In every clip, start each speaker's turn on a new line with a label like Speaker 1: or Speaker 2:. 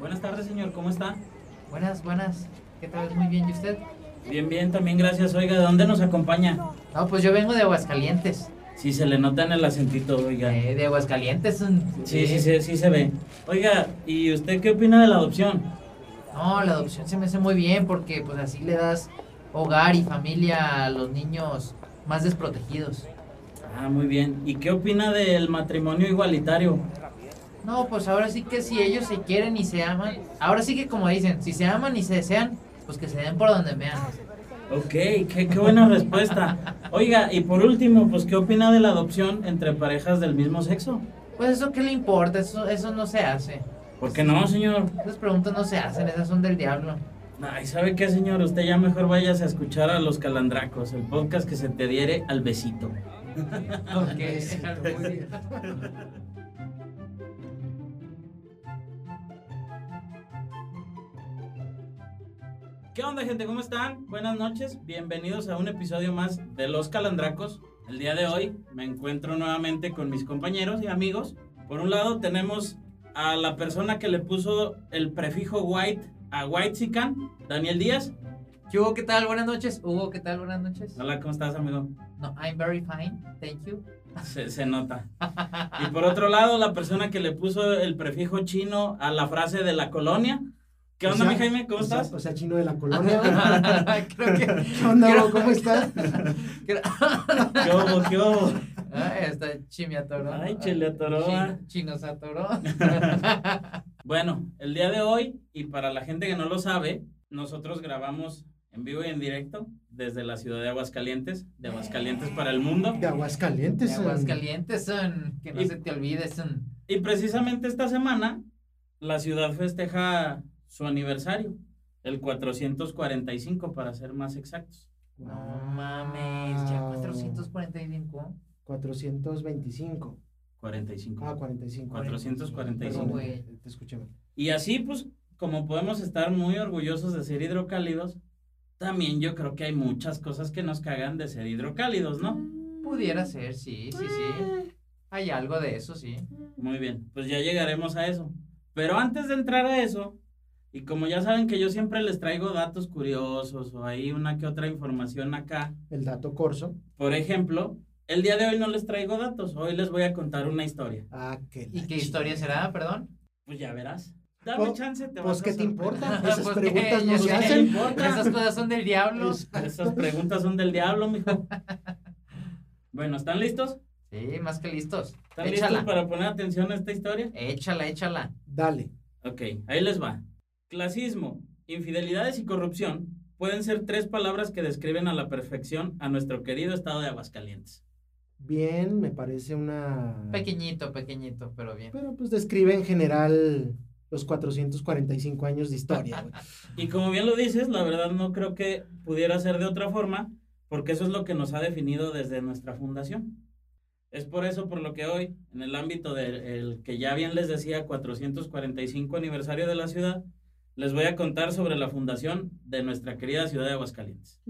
Speaker 1: Buenas tardes, señor. ¿Cómo está?
Speaker 2: Buenas, buenas. ¿Qué tal? Muy bien. ¿Y usted?
Speaker 1: Bien, bien, también gracias. Oiga, ¿de dónde nos acompaña?
Speaker 2: No, pues yo vengo de Aguascalientes.
Speaker 1: Sí, se le nota en el acentito, oiga.
Speaker 2: Eh, de Aguascalientes. Mm, eh, un-
Speaker 1: Sí, sí, sí, sí se ve. Oiga, ¿y usted qué opina de la adopción?
Speaker 2: No, la adopción se me hace muy bien porque pues así le das hogar y familia a los niños más desprotegidos.
Speaker 1: Ah, muy bien. ¿Y qué opina del matrimonio igualitario?
Speaker 2: No, pues ahora sí que si ellos se quieren y se aman, ahora sí que como dicen, si se aman y se desean, pues que se den por donde vean.
Speaker 1: Ok, qué, qué buena respuesta. Oiga, y por último, pues, ¿qué opina de la adopción entre parejas del mismo sexo?
Speaker 2: Pues eso qué le importa, eso, eso no se hace.
Speaker 1: ¿Por qué no, señor?
Speaker 2: Esas preguntas no se hacen, esas son del diablo.
Speaker 1: Ay, ¿sabe qué, señor? Usted ya mejor váyase a escuchar a Los Calandracos, el podcast que se te diere al besito. ¿Qué onda, gente? ¿Cómo están? Buenas noches. Bienvenidos a un episodio más de Los Calandracos. El día de hoy me encuentro nuevamente con mis compañeros y amigos. Por un lado tenemos a la persona que le puso el prefijo white a White Daniel Díaz.
Speaker 2: ¿Qué hubo? ¿Qué tal? Buenas noches. Hugo, ¿qué tal? Buenas noches.
Speaker 1: Hola, ¿cómo estás, amigo?
Speaker 2: No, I'm very fine. Thank you.
Speaker 1: Se, se nota. Y por otro lado, la persona que le puso el prefijo chino a la frase de la colonia. ¿Qué
Speaker 3: O
Speaker 1: onda,
Speaker 3: sea,
Speaker 1: mi Jaime? ¿Cómo
Speaker 3: o sea-
Speaker 1: estás?
Speaker 3: O sea, chino de la colonia. ¿verdad?
Speaker 2: creo que.
Speaker 3: ¿Qué onda,
Speaker 2: creo-
Speaker 3: bro? ¿Cómo estás?
Speaker 2: creo-
Speaker 1: ¿Qué hubo? ¿Qué hubo?
Speaker 2: Ay, hasta chi me atoró.
Speaker 1: Ay, chi le atoró, ah.
Speaker 2: Chino se atoró.
Speaker 3: Este
Speaker 1: Bueno, el día de hoy, y para la gente que no lo sabe, nosotros grabamos en vivo y en directo desde la ciudad de Aguascalientes, de Aguascalientes para el mundo.
Speaker 3: De Aguascalientes.
Speaker 2: De Aguascalientes, son. Que no
Speaker 1: Y-
Speaker 2: se te olvide, son.
Speaker 1: Y precisamente esta semana, la ciudad festeja su aniversario, el 445 para ser más exactos.
Speaker 3: um,
Speaker 2: No mames, ya
Speaker 3: wow.
Speaker 2: 445.
Speaker 3: 425.
Speaker 1: 45.
Speaker 3: Ah, 45.
Speaker 1: 445.
Speaker 3: Perdón, eh,
Speaker 2: Güey.
Speaker 3: Te escuché mal.
Speaker 1: Y así, pues, como podemos estar muy orgullosos de ser hidrocálidos, también yo creo que hay muchas cosas que nos cagan de ser hidrocálidos, ¿no?
Speaker 2: Pudiera ser, sí, sí,
Speaker 3: Eh.
Speaker 2: sí. Hay algo de eso, sí.
Speaker 1: Muy bien, pues ya llegaremos a eso. Pero antes de entrar a eso, y como ya saben que yo siempre les traigo datos curiosos o ahí una que otra información acá,
Speaker 3: El dato corso.
Speaker 1: por ejemplo, el día de hoy no les traigo datos, hoy les voy a contar una historia.
Speaker 3: Ah, qué
Speaker 2: ¿Y qué historia será, perdón?
Speaker 1: Pues ya verás. Dame
Speaker 3: Pues-
Speaker 1: chance, te vas
Speaker 3: Pues,
Speaker 1: a
Speaker 3: ¿qué te
Speaker 1: sorprender.
Speaker 3: importa? Esas
Speaker 2: Pues, ¿qué?
Speaker 3: preguntas no
Speaker 2: Ya
Speaker 3: se
Speaker 2: sé.
Speaker 3: hacen.
Speaker 1: importa.
Speaker 2: Esas cosas son del diablo.
Speaker 3: Es-
Speaker 1: Esas preguntas son del diablo, mijo. Bueno, ¿están listos?
Speaker 2: Sí, más que listos.
Speaker 1: ¿Están listos
Speaker 2: Échala,
Speaker 1: para poner atención a esta historia?
Speaker 2: échala, échala.
Speaker 3: Dale.
Speaker 1: Ok, ahí les va. Clasismo, infidelidades y corrupción pueden ser tres palabras que describen a la perfección a nuestro querido estado de Aguascalientes.
Speaker 3: Bien, me parece una.
Speaker 2: Pequeñito, pequeñito, pero bien.
Speaker 3: Pero pues describe en general los 445 años de historia, güey.
Speaker 1: Y como bien lo dices, la verdad no creo que pudiera ser de otra forma, porque eso es lo que nos ha definido desde nuestra fundación. Es por eso por lo que hoy, en el ámbito del el que ya bien les decía 445 aniversario de la ciudad, les voy a contar sobre la fundación de nuestra querida ciudad de Aguascalientes.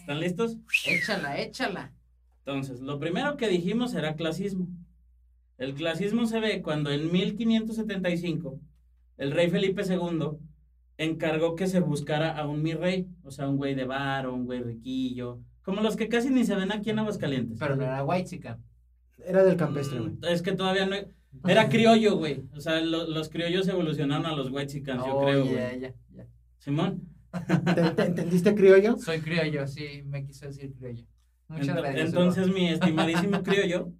Speaker 1: ¿Están listos?
Speaker 2: Échala, échala.
Speaker 1: Entonces, lo primero que dijimos era clasismo. El clasismo se ve cuando en 1575 el rey Felipe II encargó que se buscara a un mi rey, o sea, un güey de bar o un güey riquillo, como los que casi ni se ven aquí en Aguascalientes.
Speaker 2: Pero no era white chica.
Speaker 3: Era del campestre, güey. Ah,
Speaker 1: Mm, Es que todavía no. Era criollo, güey. O sea, lo- los criollos evolucionaron a los whitexicans,
Speaker 3: Oh,
Speaker 1: yo creo, güey.
Speaker 2: ya, ya, ya.
Speaker 1: Simón.
Speaker 3: ¿Te- te- ¿Entendiste, criollo?
Speaker 2: Soy criollo, sí, me quiso decir criollo. Muchas
Speaker 1: Ento-
Speaker 2: gracias. Hugo.
Speaker 1: Entonces, mi estimadísimo criollo,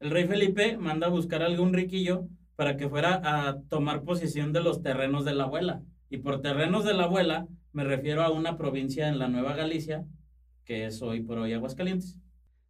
Speaker 1: el rey Felipe manda a buscar algún riquillo para que fuera a tomar posesión de los terrenos de la abuela. Y por terrenos de la abuela me refiero a una provincia en la Nueva Galicia, que es hoy por hoy Aguascalientes.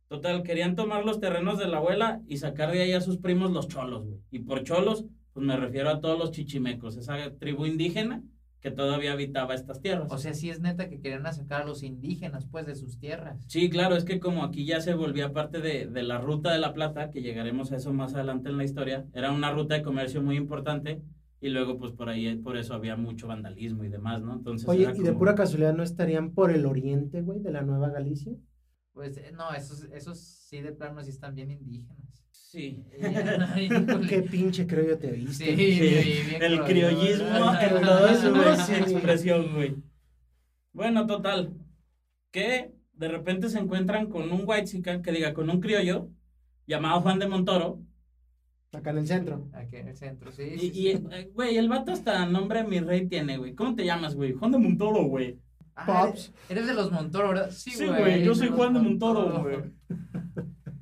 Speaker 1: Total, querían tomar los terrenos de la abuela y sacar de ahí a sus primos los cholos, güey. Y por cholos, pues me refiero a todos los chichimecos, esa tribu indígena que todavía habitaba estas tierras.
Speaker 2: O sea, sí es neta que querían sacar a los indígenas, pues, de sus tierras.
Speaker 1: Sí, claro, es que como aquí ya se volvía parte de, de la ruta de la plata, que llegaremos a eso más adelante en la historia, era una ruta de comercio muy importante y luego pues por ahí, por eso había mucho vandalismo y demás, ¿no? Entonces
Speaker 3: Oye,
Speaker 1: era
Speaker 3: ¿y de
Speaker 1: como-
Speaker 3: pura casualidad no estarían por el oriente, güey, de la Nueva Galicia?
Speaker 2: Pues eh, no, esos, esos sí de plano sí están bien indígenas. Eh,
Speaker 1: Sí.
Speaker 3: Qué
Speaker 2: Híjole.
Speaker 3: pinche creo yo te
Speaker 2: Sí,
Speaker 3: viste.
Speaker 2: bien- bien
Speaker 1: El
Speaker 2: criollo.
Speaker 1: criollismo
Speaker 3: Ah,
Speaker 1: en toda su
Speaker 3: ah,
Speaker 1: máxima
Speaker 3: sí.
Speaker 1: expresión, güey. Bueno, total. Que de repente se encuentran con un white que diga, con un criollo llamado Juan de Montoro.
Speaker 3: Acá en el centro.
Speaker 2: Aquí en el centro, sí. sí,
Speaker 1: Y,
Speaker 2: sí.
Speaker 1: y, eh, güey, el vato hasta nombre mi rey tiene, güey. ¿Cómo te llamas, güey? Juan de Montoro, güey.
Speaker 2: Ah,
Speaker 3: Pops.
Speaker 2: Eres de los Montoro, ¿verdad? Sí,
Speaker 1: Sí, güey, yo soy Juan de Montoro, güey.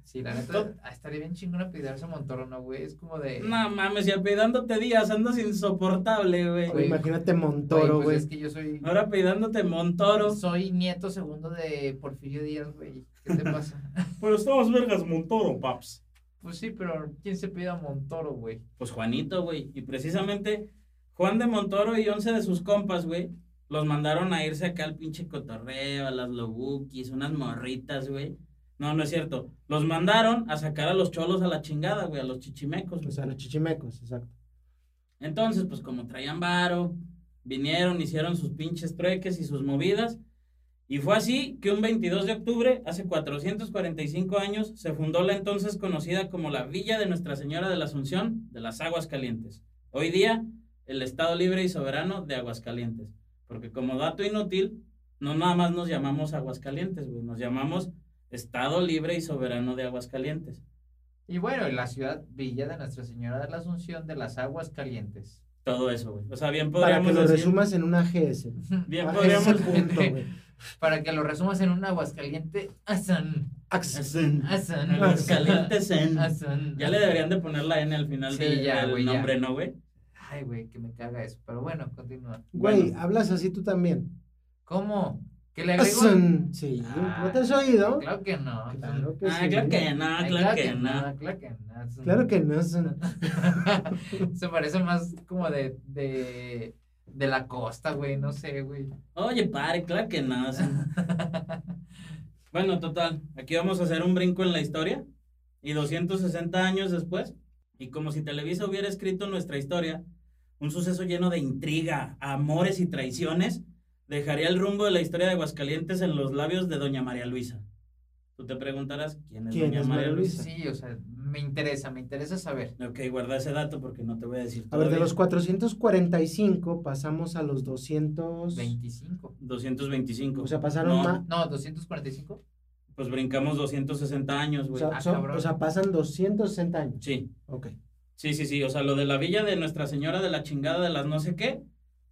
Speaker 2: Sí, la neta, ah, estaría bien chingón apedarse Montoro, ¿no, güey? Es como de...
Speaker 1: No mames, y apellidándote días, andas insoportable, güey.
Speaker 2: Güey.
Speaker 3: Imagínate
Speaker 2: güey,
Speaker 3: Montoro,
Speaker 2: pues
Speaker 3: güey.
Speaker 2: es que yo soy...
Speaker 1: Ahora apellidándote Montoro.
Speaker 2: Soy nieto segundo de Porfirio Díaz, güey. ¿Qué te pasa?
Speaker 1: Pero estamos vergas Montoro, paps.
Speaker 2: pues sí, pero ¿quién se pide a Montoro, güey?
Speaker 1: Pues Juanito, güey. Y precisamente Juan de Montoro y 11 de sus compas, güey, los mandaron a irse acá al pinche cotorreo, a las lobukis, unas morritas, güey. No, no es cierto. Los mandaron a sacar a los cholos a la chingada, güey, a los chichimecos.
Speaker 3: O
Speaker 1: güey.
Speaker 3: sea, los chichimecos, exacto.
Speaker 1: Entonces, pues como traían varo, vinieron, hicieron sus pinches trueques y sus movidas. Y fue así que un 22 de octubre, hace 445 años, se fundó la entonces conocida como la Villa de Nuestra Señora de la Asunción de las Aguas Calientes. Hoy día, el Estado Libre y Soberano de Aguascalientes. Porque como dato inútil, no nada más nos llamamos Aguascalientes, güey, nos llamamos Estado Libre y Soberano de Aguascalientes.
Speaker 2: Y bueno, en la ciudad Villa de Nuestra Señora de la Asunción de las Aguas Calientes.
Speaker 1: Todo eso, güey. O sea, bien
Speaker 3: Para que
Speaker 1: podríamos
Speaker 3: lo
Speaker 1: decir...
Speaker 3: resumas en una AGS.
Speaker 1: Bien
Speaker 3: AGS es el
Speaker 1: podríamos...
Speaker 3: punto, güey.
Speaker 2: Para que lo resumas en un Aguascaliente, Asan,
Speaker 3: Ax-
Speaker 2: Asan,
Speaker 1: Aguascalientes en...
Speaker 2: Asan.
Speaker 1: Ya le deberían de poner la N al final
Speaker 2: Sí,
Speaker 1: del,
Speaker 2: ya,
Speaker 1: del
Speaker 2: güey, ya.
Speaker 1: nombre, ¿no, güey?
Speaker 2: Ay, güey, que me caga eso. Pero bueno, continúa.
Speaker 3: Güey,
Speaker 1: Bueno.
Speaker 3: hablas así tú también.
Speaker 2: ¿Cómo? ¿Que le agrego?
Speaker 3: Asun. Sí,
Speaker 2: Ah,
Speaker 3: Pues ¿no te has oído?
Speaker 2: Claro que no.
Speaker 3: Claro que
Speaker 1: Ah,
Speaker 3: sí.
Speaker 1: claro que no,
Speaker 2: Ay,
Speaker 1: claro que no.
Speaker 2: Claro que no. Asan.
Speaker 3: Claro que no. Asun.
Speaker 2: Se parece más como de, de, de la costa, güey, no sé, güey.
Speaker 1: Oye, pare, claro que no. sí. bueno, total, aquí vamos a hacer un brinco en la historia. Y 260 años después, y como si Televisa hubiera escrito nuestra historia, un suceso lleno de intriga, amores y traiciones, dejaría el rumbo de la historia de Aguascalientes en los labios de Doña María Luisa. Tú te preguntarás, ¿quién es
Speaker 3: ¿Quién
Speaker 1: Doña
Speaker 3: es
Speaker 1: María
Speaker 3: María
Speaker 1: Luisa?
Speaker 2: Sí, o sea, me interesa, me interesa saber.
Speaker 1: Ok, guarda ese dato porque no te voy a decir
Speaker 3: A ver, de
Speaker 1: todavía.
Speaker 3: los 445 pasamos a los 200.
Speaker 2: 25.
Speaker 1: 225.
Speaker 3: O sea, pasaron
Speaker 1: No,
Speaker 3: más.
Speaker 2: No, 245.
Speaker 1: Pues brincamos 260 años,
Speaker 3: O
Speaker 1: güey.
Speaker 3: sea,
Speaker 2: Ah,
Speaker 3: son-
Speaker 2: cabrón.
Speaker 3: o sea, pasan 260 años.
Speaker 1: Sí,
Speaker 3: Ok.
Speaker 1: sí, sí, sí. O sea, lo de la villa de Nuestra Señora de la chingada de las no sé qué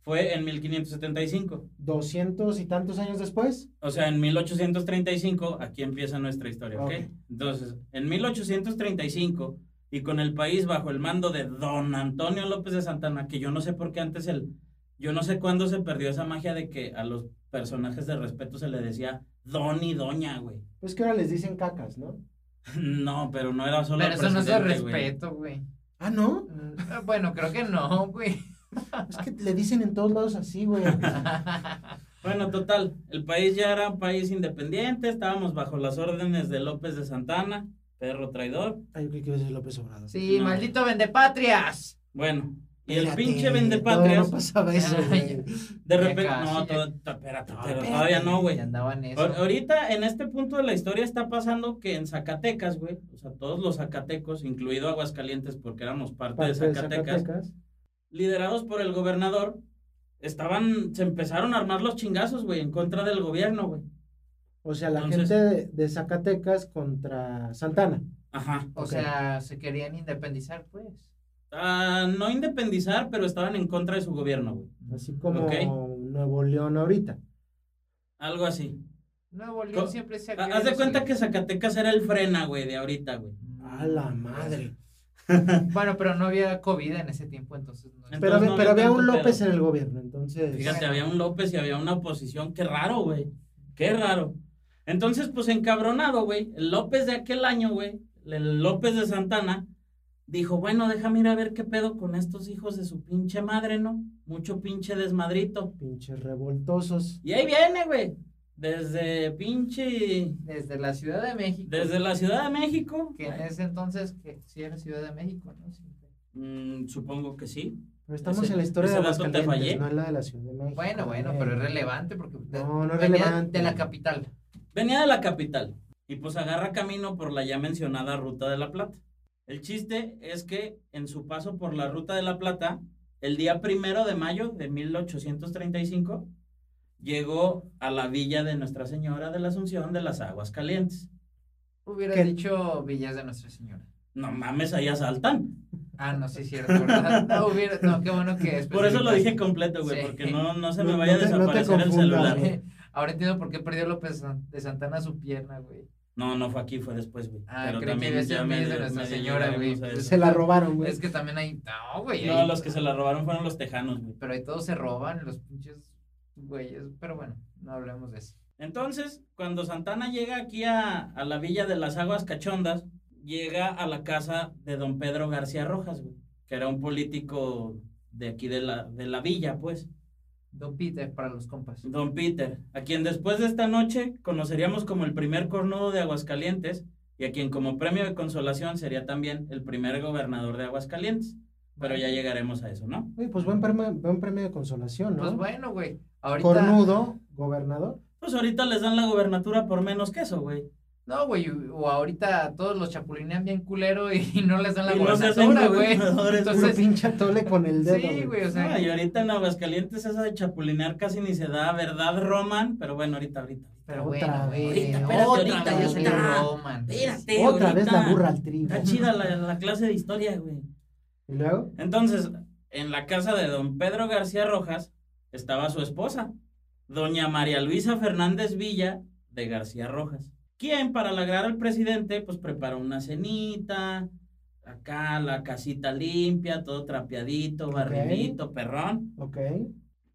Speaker 1: fue en 1575.
Speaker 3: 200 y tantos años después.
Speaker 1: O sea, en 1835, aquí empieza nuestra historia, ¿ok?
Speaker 3: Ok.
Speaker 1: Entonces, en 1835, y con el país bajo el mando de don Antonio López de Santana, que yo no sé por qué antes él, yo no sé cuándo se perdió esa magia de que a los personajes de respeto se le decía don y doña, güey.
Speaker 3: Pues que ahora les dicen cacas, ¿no?
Speaker 1: No, pero no era solo
Speaker 2: Pero eso no es de
Speaker 1: presidente, güey.
Speaker 2: respeto, güey.
Speaker 3: Ah, no.
Speaker 2: Mm, ah, Bueno, creo que no, güey.
Speaker 3: Es que le dicen en todos lados así, güey.
Speaker 1: Bueno, total, el país ya era un país independiente, estábamos bajo las órdenes de López de Santana, perro traidor.
Speaker 3: Ay, yo creí que iba a ser López Obrador.
Speaker 2: Sí,
Speaker 1: No.
Speaker 2: maldito vendepatrias.
Speaker 1: Bueno, y el
Speaker 3: Espérate,
Speaker 1: pinche
Speaker 3: todavía
Speaker 1: vendepatrias,
Speaker 3: No pasaba eso, güey.
Speaker 1: de
Speaker 2: Ya
Speaker 1: repente.
Speaker 2: casi,
Speaker 1: No,
Speaker 2: ya-
Speaker 1: todo- to- espérate,
Speaker 3: No,
Speaker 1: pero
Speaker 3: espérate,
Speaker 1: todavía no, güey.
Speaker 2: Y andaban
Speaker 1: Ahor-
Speaker 2: eso.
Speaker 1: Ahorita, en este punto de la historia, está pasando que en Zacatecas, güey, o sea, todos los Zacatecos, incluido Aguascalientes, porque éramos parte,
Speaker 3: Parte
Speaker 1: de Zacatecas, liderados por el gobernador, estaban, se empezaron a armar los chingazos, güey, en contra del gobierno, güey.
Speaker 3: O sea, la
Speaker 1: Entonces-
Speaker 3: gente de, de Zacatecas contra Santana.
Speaker 1: Ajá.
Speaker 2: O
Speaker 3: Ok.
Speaker 2: sea, se querían independizar, pues.
Speaker 1: Ah, no independizar, pero estaban en contra de su gobierno, güey.
Speaker 2: Mm.
Speaker 3: Así como
Speaker 1: Ok.
Speaker 3: Nuevo León ahorita.
Speaker 1: Algo así.
Speaker 2: Nuevo
Speaker 1: Co-
Speaker 2: León siempre se ha
Speaker 1: Ha-
Speaker 2: querido
Speaker 1: Haz de cuenta
Speaker 2: salir.
Speaker 1: que Zacatecas era el frena, güey, de ahorita, güey.
Speaker 3: A la madre.
Speaker 2: Mm. Bueno, pero no había COVID en ese tiempo, entonces no.
Speaker 1: Entonces,
Speaker 3: Pero, había-
Speaker 1: no
Speaker 3: pero
Speaker 1: había
Speaker 3: había un
Speaker 1: tanto
Speaker 3: López
Speaker 1: pedo.
Speaker 3: en el gobierno, entonces.
Speaker 1: Fíjate,
Speaker 2: Bueno.
Speaker 1: había un López y había una oposición. Qué raro, güey. Qué raro. Entonces, pues encabronado, güey. El López de aquel año, güey. El López de Santana. Dijo, bueno, déjame ir a ver qué pedo con estos hijos de su pinche madre, ¿no? Mucho pinche desmadrito.
Speaker 3: Pinches revoltosos.
Speaker 1: Y ahí viene, güey. Desde pinche.
Speaker 2: Desde la Ciudad de México.
Speaker 1: Desde la Ciudad de México.
Speaker 2: Que en ese entonces, que sí era Ciudad de México, ¿no? Sí.
Speaker 1: Mm, supongo que sí.
Speaker 3: Pero estamos
Speaker 1: Ese-
Speaker 3: en la historia de
Speaker 1: ese dato te fallé.
Speaker 3: Aguascalientes, no en la de la Ciudad de México.
Speaker 2: Bueno, bueno,
Speaker 3: güey.
Speaker 2: pero es relevante porque de,
Speaker 3: No, no es
Speaker 2: venía
Speaker 3: relevante.
Speaker 2: de la capital.
Speaker 1: Venía de la capital. y pues agarra camino por la ya mencionada Ruta de la Plata. El chiste es que en su paso por la Ruta de la Plata, el día primero de mayo de 1835, llegó a la villa de Nuestra Señora de la Asunción de las Aguas Calientes.
Speaker 2: Hubiera
Speaker 3: ¿Qué?
Speaker 2: dicho Villas de Nuestra Señora.
Speaker 1: No mames, ahí asaltan.
Speaker 2: Ah, no, sí, es cierto, ¿verdad? No, hubiera, no, qué bueno que después.
Speaker 1: Por eso lo dije completo, güey,
Speaker 2: Sí.
Speaker 1: porque no, no se me
Speaker 3: No-
Speaker 1: vaya
Speaker 3: no te-
Speaker 1: a
Speaker 3: no te
Speaker 1: desaparecer el
Speaker 3: confundas,
Speaker 1: celular.
Speaker 3: güey.
Speaker 2: Ahora entiendo por qué perdió López San- de Santana su pierna, güey.
Speaker 1: No, no fue aquí, fue después, güey.
Speaker 2: Ah, creí que iba a ser
Speaker 1: ya
Speaker 2: Villas de
Speaker 1: medio-
Speaker 2: Nuestra
Speaker 1: medio
Speaker 2: Señora, güey.
Speaker 1: llegaremos a
Speaker 2: Pues
Speaker 1: eso.
Speaker 3: Se la robaron, güey.
Speaker 2: Es que también hay. No, güey.
Speaker 1: No,
Speaker 2: ahí-
Speaker 1: los que se la robaron fueron los tejanos, güey.
Speaker 2: Pero ahí todos se roban, los pinches güeyes. Pero bueno, no hablemos de eso.
Speaker 1: Entonces, cuando Santana llega aquí a, a la villa de las aguas cachondas, llega a la casa de don Pedro García Rojas, güey, que era un político de aquí de la, de la villa, pues.
Speaker 2: Don Peter para los compas.
Speaker 1: Don Peter, a quien después de esta noche conoceríamos como el primer cornudo de Aguascalientes y a quien como premio de consolación sería también el primer gobernador de Aguascalientes. Pero ya llegaremos a eso, ¿no?
Speaker 3: Güey, pues buen premio, buen premio de consolación, ¿no?
Speaker 2: Pues bueno, güey. Ahorita.
Speaker 3: Cornudo, gobernador.
Speaker 1: Pues ahorita les dan la gobernatura por menos que eso, güey.
Speaker 2: No, güey. O ahorita todos los chapulinean bien culero y, no les dan la
Speaker 1: Y no se hacen
Speaker 2: gobernatura, güey.
Speaker 1: gobernadores,
Speaker 3: Puro
Speaker 2: Entonces.
Speaker 3: pinche tole con el dedo.
Speaker 2: Sí, güey, o sea.
Speaker 1: No, y ahorita en Aguascalientes esa de chapulinear casi ni se da, ¿verdad, Roman? Pero bueno, ahorita, ahorita.
Speaker 2: Pero bueno,
Speaker 3: Otra
Speaker 2: güey,
Speaker 3: vez.
Speaker 2: otra
Speaker 1: Ahorita, espérate,
Speaker 2: vez ya se le
Speaker 1: ahorita.
Speaker 2: roman.
Speaker 1: Espérate,
Speaker 3: Otra
Speaker 1: ahorita.
Speaker 3: vez la burra al trigo.
Speaker 1: Está chida la, la clase de historia, güey.
Speaker 3: Y luego,
Speaker 1: Entonces, en la casa de don Pedro García Rojas estaba su esposa, doña María Luisa Fernández Villa de García Rojas, quien para alegrar al presidente, pues preparó una cenita, acá la casita limpia, todo trapeadito, barridito, perrón.
Speaker 3: ok.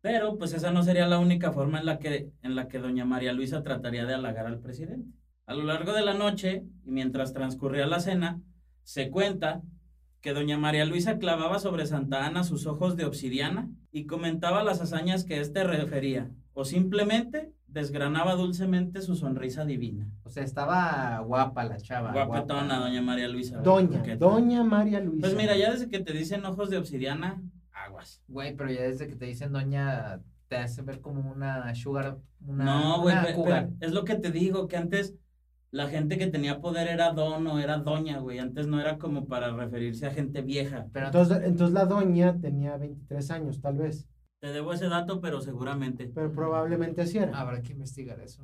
Speaker 1: Pero pues esa no sería la única forma en la que, en la que doña María Luisa trataría de halagar al presidente. A lo largo de la noche, y mientras transcurría la cena, se cuenta que doña María Luisa clavaba sobre Santa Ana sus ojos de obsidiana y comentaba las hazañas que éste refería, o simplemente desgranaba dulcemente su sonrisa divina.
Speaker 2: O sea, estaba guapa la chava.
Speaker 1: Guapetona, doña María Luisa. güey,
Speaker 3: Doña,
Speaker 1: coqueta.
Speaker 3: doña María Luisa.
Speaker 1: Pues mira, ya desde que te dicen ojos de obsidiana, aguas.
Speaker 2: Güey, pero ya desde que te dicen doña, te hace ver como una sugar. Una,
Speaker 1: No, güey,
Speaker 2: una
Speaker 1: pe-
Speaker 2: cougar.
Speaker 1: pe- es lo que te digo, que antes la gente que tenía poder era don o era doña, güey. Antes no era como para referirse a gente vieja.
Speaker 2: Pero
Speaker 3: Entonces, entonces la doña tenía 23 años, tal vez.
Speaker 1: Te debo ese dato, pero seguramente.
Speaker 2: Mm.
Speaker 3: Pero probablemente así era.
Speaker 2: habrá que investigar eso.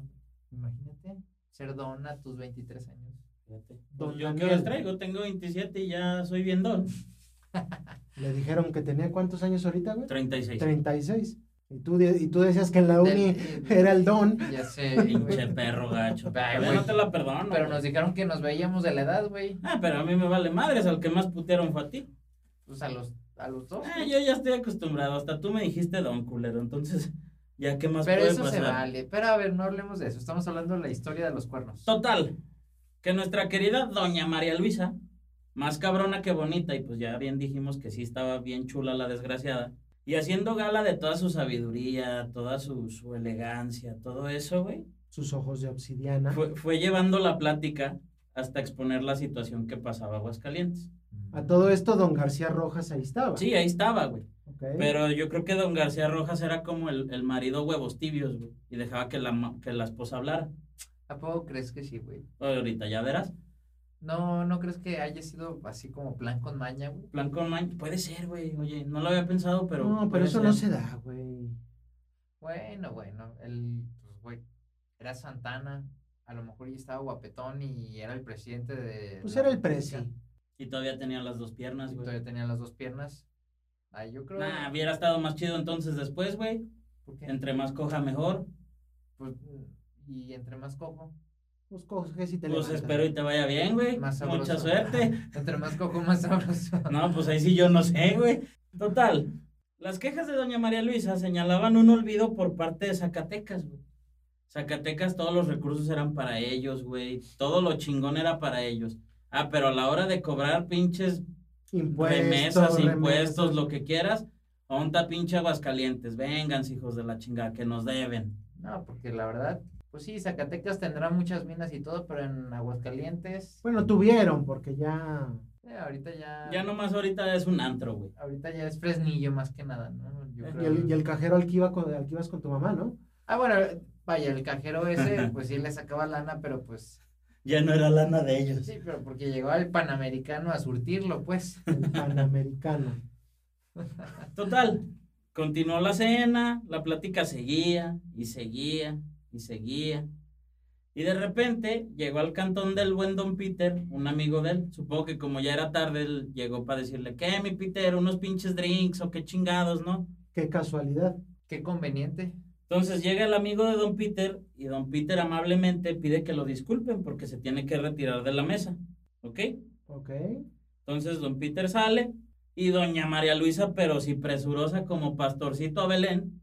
Speaker 2: Imagínate ser dona a tus 23 años.
Speaker 1: Fíjate.
Speaker 3: Don
Speaker 1: Pues yo que
Speaker 3: Daniel.
Speaker 1: les traigo, tengo 27 y ya soy bien don.
Speaker 3: Le dijeron que tenía cuántos años ahorita, güey.
Speaker 1: 36.
Speaker 3: 36. Y tú, de- y tú decías que en la uni
Speaker 2: Del-
Speaker 3: era el don.
Speaker 2: Ya sé.
Speaker 1: Pinche
Speaker 2: güey.
Speaker 1: perro gacho.
Speaker 2: Ay,
Speaker 1: Todavía
Speaker 2: güey.
Speaker 1: no te la perdono.
Speaker 2: Pero
Speaker 1: güey.
Speaker 2: nos dijeron que nos veíamos de la edad, güey.
Speaker 1: Ah, pero a mí me vale madres, al que más putearon fue a ti.
Speaker 2: Pues a los, a los dos.
Speaker 1: Ah, yo ya estoy acostumbrado, hasta tú me dijiste don culero, entonces, ¿ya qué más
Speaker 2: Pero
Speaker 1: puede
Speaker 2: eso
Speaker 1: pasar?
Speaker 2: se vale. Pero a ver, no hablemos de eso. Estamos hablando de la historia de los cuernos.
Speaker 1: Total, que nuestra querida doña María Luisa, más cabrona que bonita, y pues ya bien dijimos que sí estaba bien chula la desgraciada, y haciendo gala de toda su sabiduría, toda su, su elegancia, todo eso, güey,
Speaker 3: Sus ojos de obsidiana.
Speaker 1: fue, fue llevando la plática hasta exponer la situación que pasaba a Aguascalientes.
Speaker 3: A todo esto, don García Rojas ahí estaba.
Speaker 1: Sí, ahí estaba, güey.
Speaker 3: Ok.
Speaker 1: Pero yo creo que don García Rojas era como el, el marido huevos tibios, güey, y dejaba que la, ma- que la esposa hablara.
Speaker 2: ¿A poco crees que sí, güey?
Speaker 1: Ahorita ya verás.
Speaker 2: No, no crees que haya sido así como plan con maña, güey.
Speaker 1: Plan con maña. Puede ser, güey. Oye, no lo había pensado, pero. pues
Speaker 3: no, pero
Speaker 1: puede
Speaker 3: eso
Speaker 1: ser.
Speaker 3: no se da, güey.
Speaker 2: Bueno, bueno, él, pues, güey, era Santana. A lo mejor ya estaba guapetón y era el presidente de.
Speaker 3: Pues
Speaker 2: la
Speaker 3: era el presi.
Speaker 2: República.
Speaker 1: Y todavía tenía las dos piernas,
Speaker 2: Y
Speaker 1: güey.
Speaker 2: todavía tenía las dos piernas. Ay, yo creo.
Speaker 1: Nah, hubiera estado más chido entonces después, güey.
Speaker 2: ¿por qué?
Speaker 1: Entre más coja, mejor.
Speaker 2: Pues, y entre más cojo.
Speaker 3: Pues coges y te
Speaker 1: Pues
Speaker 3: levantas.
Speaker 1: espero y te vaya bien, güey.
Speaker 2: Más sabroso.
Speaker 1: Mucha suerte.
Speaker 2: Entre más cojo, más sabroso.
Speaker 1: No, pues ahí sí yo no sé, güey. Total. Las quejas de doña María Luisa señalaban un olvido por parte de Zacatecas, güey. Zacatecas todos los recursos eran para ellos, güey. Todo lo chingón era para ellos. Ah, pero a la hora de cobrar pinches
Speaker 3: Impuestos,
Speaker 1: remesas,
Speaker 3: remesas.
Speaker 1: impuestos, lo que quieras. Onta pinche Aguascalientes, vengan hijos de la chingada que nos deben.
Speaker 2: No, porque la verdad, pues sí, Zacatecas tendrá muchas minas y todo, pero en Aguascalientes.
Speaker 3: Bueno, tuvieron, porque ya.
Speaker 2: eh, ahorita ya.
Speaker 1: Ya nomás ahorita es un antro, güey.
Speaker 2: Ahorita ya es Fresnillo más que nada, ¿no? Yo
Speaker 1: Eh,
Speaker 3: Y el, y el cajero al que, iba con, al que ibas con tu mamá, ¿no?
Speaker 2: Ah, bueno, vaya, el cajero ese, pues sí le sacaba lana, pero pues
Speaker 1: ya no era lana de ellos.
Speaker 2: Sí, pero porque llegó el Panamericano a surtirlo, pues.
Speaker 3: el Panamericano.
Speaker 1: Total, continuó la cena, la plática seguía y seguía y seguía. Y de repente llegó al cantón del buen don Peter, un amigo de él. Supongo que como ya era tarde, él llegó para decirle, ¿qué, mi Peter? Unos pinches drinks o qué chingados, ¿no?
Speaker 3: Qué casualidad.
Speaker 2: Qué conveniente.
Speaker 1: Entonces llega el amigo de don Peter y don Peter amablemente pide que lo disculpen porque se tiene que retirar de la mesa. ¿Ok?
Speaker 3: Ok.
Speaker 1: Entonces don Peter sale y doña María Luisa, pero si presurosa como pastorcito a Belén,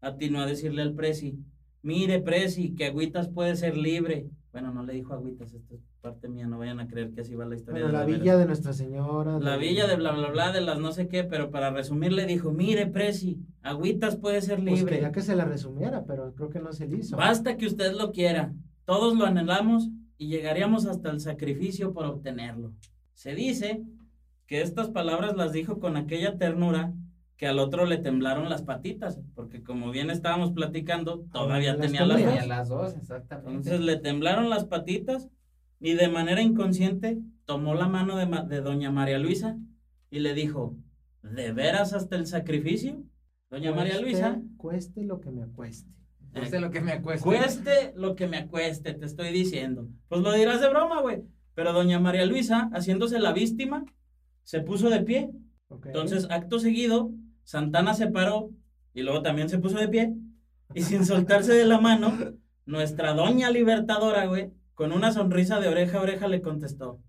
Speaker 1: atinó a decirle al presi, mire presi, que Agüitas puede ser libre. Bueno, no le dijo Agüitas, esto es parte mía, no vayan a creer que así va la historia.
Speaker 3: Bueno,
Speaker 1: de
Speaker 3: la
Speaker 1: veras.
Speaker 3: villa de Nuestra Señora.
Speaker 1: La villa de bla, bla, bla, de las no sé qué, pero para resumir le dijo, mire presi, Agüitas puede ser
Speaker 3: Pues
Speaker 1: libre.
Speaker 3: quería que se la resumiera, pero creo que no se le hizo.
Speaker 1: Basta que usted lo quiera. Todos lo anhelamos y llegaríamos hasta el sacrificio por obtenerlo. Se dice que estas palabras las dijo con aquella ternura que al otro le temblaron las patitas, porque como bien estábamos platicando, todavía
Speaker 3: las
Speaker 1: tenía las
Speaker 3: tenía.
Speaker 1: dos.
Speaker 2: Tenía las dos, exactamente.
Speaker 1: Entonces le temblaron las patitas y de manera inconsciente tomó la mano de, ma- de doña María Luisa y le dijo, ¿de veras hasta el sacrificio? Doña María
Speaker 3: Cueste-
Speaker 1: Luisa
Speaker 3: Cueste lo que me acueste.
Speaker 1: eh,
Speaker 2: No sé lo que me acuesto.
Speaker 1: Cueste lo que me acueste, te estoy diciendo. Pues lo dirás de broma, güey. Pero doña María Luisa, haciéndose la víctima, se puso de pie.
Speaker 3: Ok.
Speaker 1: Entonces, acto seguido, Santana se paró y luego también se puso de pie. Y sin soltarse de la mano, nuestra doña libertadora, güey, con una sonrisa de oreja a oreja le contestó.